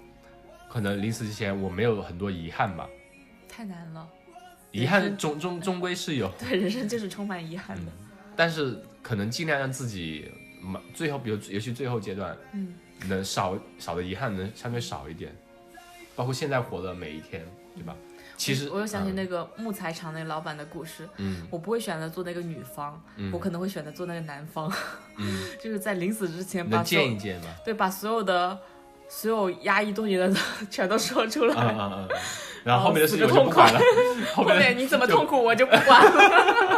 [SPEAKER 1] 可能临死之前我没有很多遗憾吧，
[SPEAKER 2] 太难了。
[SPEAKER 1] 遗憾终终终归是有，
[SPEAKER 2] 对，人生就是充满遗憾的。
[SPEAKER 1] 但是可能尽量让自己，嗯最后比如尤其最后阶段，
[SPEAKER 2] 嗯，
[SPEAKER 1] 能少少的遗憾能相对少一点，包括现在活的每一天，对吧？其实
[SPEAKER 2] 我又想起
[SPEAKER 1] 嗯
[SPEAKER 2] 那个木材厂那老板的故事。
[SPEAKER 1] 嗯，
[SPEAKER 2] 我不会选择做那个女方，我可能会选择做那个男方，
[SPEAKER 1] 嗯
[SPEAKER 2] 就是在临死之前把
[SPEAKER 1] 能
[SPEAKER 2] 所有
[SPEAKER 1] 见一见吗？
[SPEAKER 2] 对把所有的所有压抑多年的全都说出来，
[SPEAKER 1] 嗯嗯嗯嗯，然后
[SPEAKER 2] 然后
[SPEAKER 1] 后面的事
[SPEAKER 2] 死
[SPEAKER 1] 情
[SPEAKER 2] 个
[SPEAKER 1] 我就不
[SPEAKER 2] 痛
[SPEAKER 1] 管了， 后
[SPEAKER 2] 后
[SPEAKER 1] 面
[SPEAKER 2] 面你怎么痛苦我就不管了，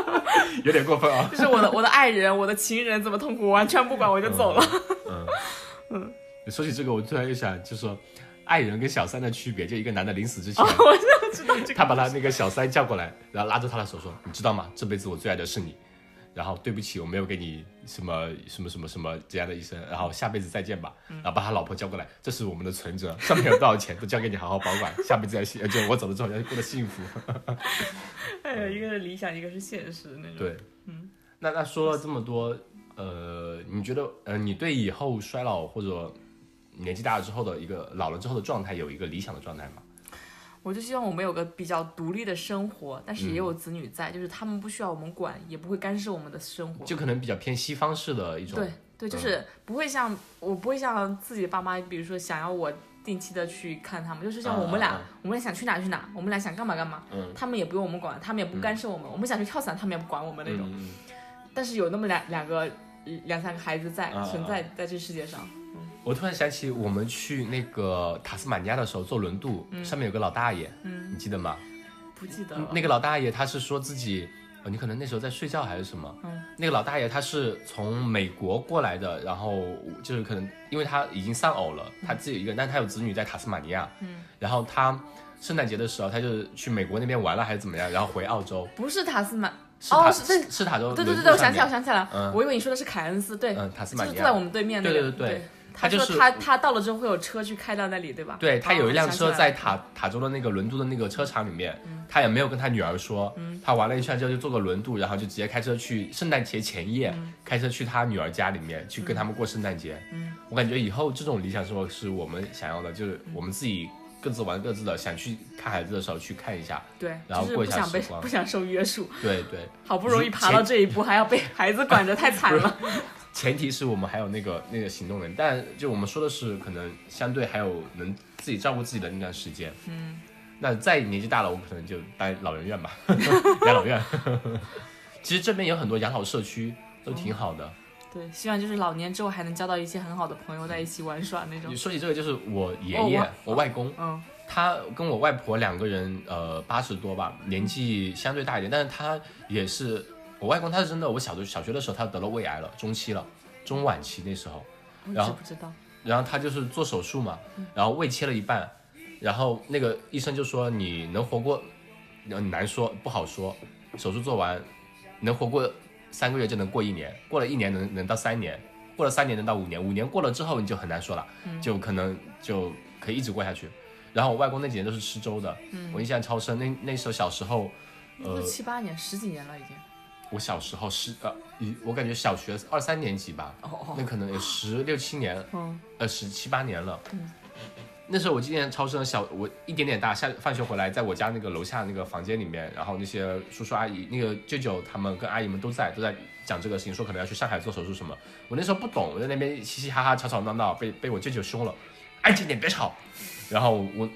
[SPEAKER 1] 有点过分啊。
[SPEAKER 2] 就是我的我的爱人我的情人怎么痛苦我完全不管我就走了。
[SPEAKER 1] 嗯嗯，说起这个，我突然又想，就说爱人跟小三的区别，就一个男的临死之前，
[SPEAKER 2] 哦我就知道这个
[SPEAKER 1] 他把他那个小三叫过来，然后拉着他的手说：“你知道吗？这辈子我最爱的是你。”然后对不起，我没有给你什么什么什么什么这样的一生，然后下辈子再见吧。
[SPEAKER 2] 嗯
[SPEAKER 1] 然后把他老婆叫过来，这是我们的存折，上面有多少钱都交给你好好保管，下辈子再幸，呃就我走了之后要过得幸福。
[SPEAKER 2] 哎呀，一个是理想，一个是现实那种。
[SPEAKER 1] 嗯对，嗯，那那说了这么多，呃，你觉得呃，你对以后衰老或者年纪大了之后的一个老了之后的状态有一个理想的状态吗？
[SPEAKER 2] 我就希望我们有个比较独立的生活，但是也
[SPEAKER 1] 嗯
[SPEAKER 2] 有子女在，就是他们不需要我们管，也不会干涉我们的生活。
[SPEAKER 1] 就可能比较偏西方式的一种，
[SPEAKER 2] 对对，
[SPEAKER 1] 嗯
[SPEAKER 2] 就是不会像、我不会像自己的爸妈，比如说想要我定期的去看他们，就是像我们俩，
[SPEAKER 1] 嗯嗯
[SPEAKER 2] 我们俩想去哪去哪，我们俩想干嘛干嘛，
[SPEAKER 1] 嗯
[SPEAKER 2] 他们也不用我们管，他们也不干涉我们，我们想去跳伞，他们也不管我们那种。
[SPEAKER 1] 嗯
[SPEAKER 2] 但是有那么两两个两三个孩子在、
[SPEAKER 1] 嗯嗯
[SPEAKER 2] 存在在这世界上，
[SPEAKER 1] 我突然想起我们去那个塔斯马尼亚的时候坐轮渡，上面有个老大爷，你记得吗？
[SPEAKER 2] 不记得了。
[SPEAKER 1] 嗯那个老大爷他是说自己，呃，你可能那时候在睡觉还是什么？
[SPEAKER 2] 嗯，
[SPEAKER 1] 那个老大爷他是从美国过来的，然后就是可能因为他已经丧偶了，
[SPEAKER 2] 嗯
[SPEAKER 1] 他自己一个人，但他有子女在塔斯马尼亚，嗯，然后他圣诞节的时候他就去美国那边玩了还是怎么样，然后回澳洲，
[SPEAKER 2] 不是塔斯马，
[SPEAKER 1] 是塔、
[SPEAKER 2] 哦，是对
[SPEAKER 1] 是是塔州，
[SPEAKER 2] 对对对对，我想起来，我
[SPEAKER 1] 了，
[SPEAKER 2] 想起来了，
[SPEAKER 1] 嗯
[SPEAKER 2] 我以为你说的是凯恩斯，对，
[SPEAKER 1] 嗯，塔斯马
[SPEAKER 2] 就
[SPEAKER 1] 尼
[SPEAKER 2] 是
[SPEAKER 1] 亚，
[SPEAKER 2] 坐在我们对面那
[SPEAKER 1] 对
[SPEAKER 2] 个，
[SPEAKER 1] 对对对他
[SPEAKER 2] 他
[SPEAKER 1] 就
[SPEAKER 2] 说
[SPEAKER 1] 是
[SPEAKER 2] 他他到了之后会有车去开到那里，对吧？
[SPEAKER 1] 对他有一辆车在
[SPEAKER 2] 哦
[SPEAKER 1] 塔塔州的那个轮渡的那个车场里面，他也没有跟他女儿说，他玩了一圈之后就坐个轮渡，然后就直接开车去圣诞节前夜，开车去他女儿家里面去跟他们过圣诞节。我感觉以后这种理想生活是我们想要的，就是我们自己各自玩各自的，想去看孩子的时候去看一下。
[SPEAKER 2] 对，
[SPEAKER 1] 然后
[SPEAKER 2] 就是
[SPEAKER 1] 过
[SPEAKER 2] 不
[SPEAKER 1] 一下
[SPEAKER 2] 想被
[SPEAKER 1] 时光
[SPEAKER 2] 不想受约束，
[SPEAKER 1] 对对，
[SPEAKER 2] 好不 容易爬到这一步，还要被孩子管着，太惨了。
[SPEAKER 1] 前提是我们还有那个那个行动能力，但就我们说的是，可能相对还有能自己照顾自己的那段时间。嗯，那再年纪大了，我可能就待老人院 吧，养老院。 其实这边有很多养老社区，都挺好的。
[SPEAKER 2] 对，希望就是老年之后还能交到一些很好的朋友，在一起玩耍那 种
[SPEAKER 1] 你。说起这个，就是我爷
[SPEAKER 2] 哦
[SPEAKER 1] 爷，
[SPEAKER 2] 我
[SPEAKER 1] 我外哦公，
[SPEAKER 2] 嗯，
[SPEAKER 1] 他跟我外婆两个人，呃，八十多吧，年纪相对大一点，但是他也是我外公，他是真的，我小的小学的时候他得了胃癌了，中期了，中晚期那时候。
[SPEAKER 2] 我一
[SPEAKER 1] 然
[SPEAKER 2] 直
[SPEAKER 1] 后
[SPEAKER 2] 不知道。
[SPEAKER 1] 然后他就是做手术嘛，
[SPEAKER 2] 嗯
[SPEAKER 1] 然后胃切了一半，然后那个医生就说你能活过，很难说不好说，手术做完能活过三个月就能过一年，过了一年能能到三年，过了三年能到五年，五年过了之后你就很难说了，
[SPEAKER 2] 嗯
[SPEAKER 1] 就可能就可以一直过下去。然后我外公那几年都是吃粥的，
[SPEAKER 2] 嗯
[SPEAKER 1] 我印象超深。那那时候小时候，呃
[SPEAKER 2] 都七八年，十几年了已经。
[SPEAKER 1] 我小时候是呃，一我感觉小学二三年级吧，
[SPEAKER 2] 哦
[SPEAKER 1] 那可能有十六七年，
[SPEAKER 2] 嗯，
[SPEAKER 1] 呃十七八年了。那时候我记得超生小，我一点点大，下放学回来，在我家那个楼下那个房间里面，然后那些叔叔阿姨、那个舅舅他们跟阿姨们都在，都在讲这个事情，说可能要去上海做手术什么。我那时候不懂，我在那边嘻嘻哈哈、吵吵闹闹，被被我舅舅凶了，安静点，别吵。然后我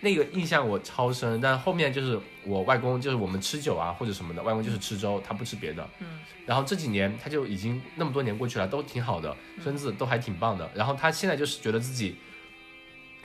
[SPEAKER 1] 那个印象我超深，但后面就是我外公，就是我们吃酒啊或者什么的，外公就是吃粥，他不吃别的。嗯。然后这几年他就已经那么多年过去了，都挺好的，身子都还挺棒的。然后他现在就是觉得自己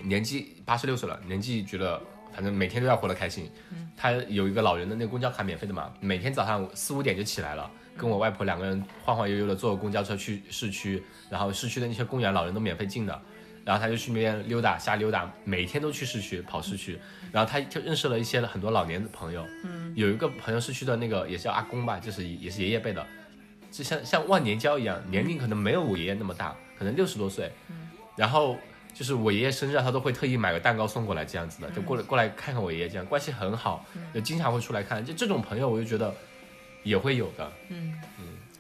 [SPEAKER 1] 年纪八十六岁了，年纪觉得反正每天都要活得开心。他有一个老人的那个公交卡免费的嘛，每天早上四五点就起来了，跟我外婆两个人晃晃悠悠的坐公交车去市区，然后市区的那些公园老人都免费进的。然后他就去那边溜达，瞎溜达，每天都去市区跑市区，然后他就认识了一些很多老年的朋友，嗯，有一个朋友市区的那个也是阿公吧，就是也是爷爷辈的，就像像忘年交一样，年龄可能没有我爷爷那么大，可能六十多岁，
[SPEAKER 2] 嗯
[SPEAKER 1] 然后就是我爷爷生日啊，他都会特意买个蛋糕送过来这样子的，就过
[SPEAKER 2] 嗯
[SPEAKER 1] 来过来看看我爷爷，这样关系很好，就经常会出来看，就这种朋友我就觉得也会有的，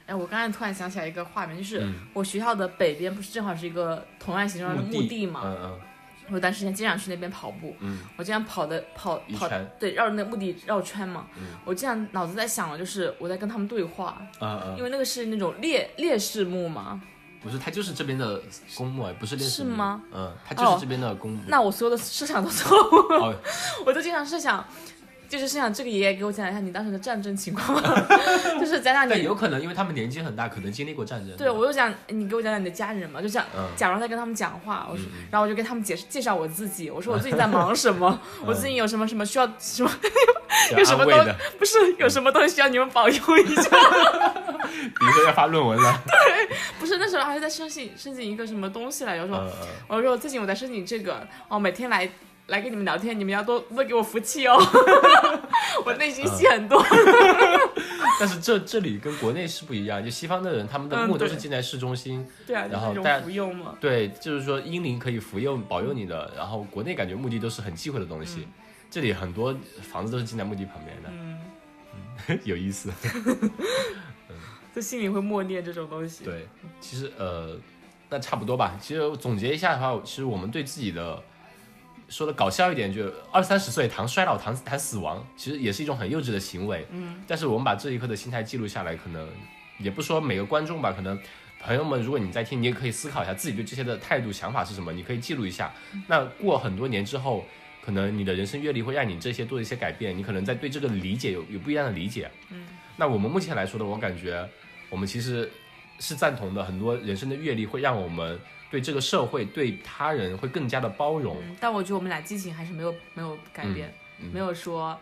[SPEAKER 2] 哎，我刚才突然想起来一个画面，就是
[SPEAKER 1] 嗯
[SPEAKER 2] 我学校的北边不是正好是一个同样形状的墓地嘛？
[SPEAKER 1] 嗯嗯，
[SPEAKER 2] 我有段时间经常去那边跑步，
[SPEAKER 1] 嗯
[SPEAKER 2] 我经常跑的跑
[SPEAKER 1] 一
[SPEAKER 2] 跑
[SPEAKER 1] 圈，
[SPEAKER 2] 对，绕着那墓地绕圈嘛。
[SPEAKER 1] 嗯
[SPEAKER 2] 我经常脑子在想，就是我在跟他们对话，
[SPEAKER 1] 嗯嗯，
[SPEAKER 2] 因为那个是那种烈烈士墓嘛。
[SPEAKER 1] 不是，他就是这边的公墓，哎不是烈士
[SPEAKER 2] 是
[SPEAKER 1] 墓
[SPEAKER 2] 吗？哦
[SPEAKER 1] 嗯，他就是这边的公墓。
[SPEAKER 2] 那我所有的设想都错误，
[SPEAKER 1] 嗯哦，
[SPEAKER 2] 我就经常设想。就是设想这个爷爷给我讲一下你当时的战争情 况，就是讲讲
[SPEAKER 1] 但
[SPEAKER 2] 你
[SPEAKER 1] 有可能因为他们年纪很大，可能经历过战争。
[SPEAKER 2] 对，我就想你给我讲讲你的家人嘛，就讲、
[SPEAKER 1] 嗯
[SPEAKER 2] 假装在跟他们讲话，我说，然后我就跟他们解释介绍我自己，我说我最近在忙什么，
[SPEAKER 1] 嗯
[SPEAKER 2] 我最近有什么什么需要什么，有什么
[SPEAKER 1] 安慰
[SPEAKER 2] 东
[SPEAKER 1] 的，
[SPEAKER 2] 不是有什么东西需要你们保佑一下，
[SPEAKER 1] 比如说要发论文了。
[SPEAKER 2] 不是那时候还是在申请申请一个什么东西来着，我说、
[SPEAKER 1] 嗯嗯，
[SPEAKER 2] 我说最近我在申请这个，哦，每天来来跟你们聊天，你们要多多给我福气哦， 我内心戏很
[SPEAKER 1] 嗯
[SPEAKER 2] 多，
[SPEAKER 1] 但是这这里跟国内是不一样，就西方的人他们的
[SPEAKER 2] 嗯
[SPEAKER 1] 墓都是
[SPEAKER 2] 对
[SPEAKER 1] 建在市中心，
[SPEAKER 2] 对啊，就
[SPEAKER 1] 然
[SPEAKER 2] 是
[SPEAKER 1] 后
[SPEAKER 2] 那种
[SPEAKER 1] 大家
[SPEAKER 2] 服用嘛，
[SPEAKER 1] 对，就是说英灵可以福佑保佑你的。然后国内感觉墓地都是很忌讳的东西，这里很多房子都是建在墓地旁边的，
[SPEAKER 2] 嗯，
[SPEAKER 1] 有意思。
[SPEAKER 2] 就心里会默念这种东西，
[SPEAKER 1] 对，其实呃，那差不多吧。其实总结一下的话，其实我们对自己的说的搞笑一点，就二三十岁谈衰老、谈谈死亡，其实也是一种很幼稚的行为。嗯，但是我们把这一刻的心态记录下来，可能也不说每个观众吧，可能。朋友们，如果你在听，你也可以思考一下自己对这些的态度、想法是什么，你可以记录一下。那过很多年之后，可能你的人生阅历会让你这些做一些改变，你可能在对这个理解有有不一样的理解。嗯，那我们目前来说的，我感觉我们其实是赞同的，很多人生的阅历会让我们对这个社会、对他人会更加的包容。
[SPEAKER 2] 嗯，但我觉得我们俩激情还是没有没有改变，
[SPEAKER 1] 嗯
[SPEAKER 2] 没有说，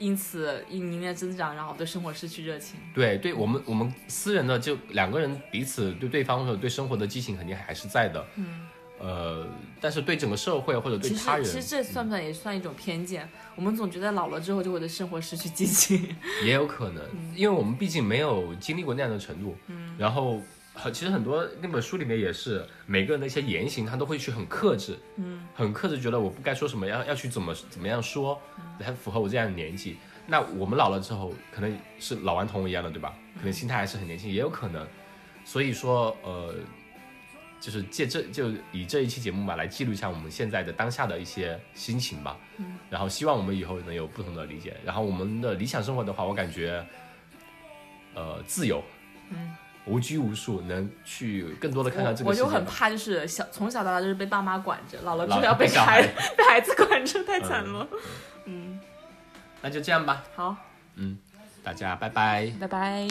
[SPEAKER 2] 因此因年龄的增长，然后对生活失去热情。
[SPEAKER 1] 对，对我们我们私人的就两个人彼此对对方或者对生活的激情肯定还是在的。嗯，呃，但是对整个社会或者对
[SPEAKER 2] 其
[SPEAKER 1] 他
[SPEAKER 2] 实其
[SPEAKER 1] 人嗯
[SPEAKER 2] 实这算不算也算一种偏见？我们总觉得老了之后就会对生活失去激情。
[SPEAKER 1] 也有可能，因为我们毕竟没有经历过那样的程度。嗯，然后。很其实很多那本书里面也是每个人的一些言行，他都会去很克制，嗯，很克制，觉得我不该说什么，要要去怎么怎么样说，才符合我这样的年纪。那我们老了之后，可能是老顽童一样的，对吧？可能心态还是很年轻，也有可能。所以说，呃，就是借这就以这一期节目吧，来记录一下我们现在的当下的一些心情吧。嗯。然后希望我们以后能有不同的理解。然后我们的理想生活的话，我感觉，呃，自由，嗯，无拘无束，能去更多的看看这个
[SPEAKER 2] 我我
[SPEAKER 1] 世界
[SPEAKER 2] 就
[SPEAKER 1] 吧。
[SPEAKER 2] 很怕，就是小从小到大就是被爸妈管着，老了之嗯
[SPEAKER 1] 老
[SPEAKER 2] 后要被
[SPEAKER 1] 小
[SPEAKER 2] 孩
[SPEAKER 1] 孩
[SPEAKER 2] 被孩子管着，太惨了。
[SPEAKER 1] 那就这样吧，
[SPEAKER 2] 好，
[SPEAKER 1] 大家拜拜。
[SPEAKER 2] 拜拜。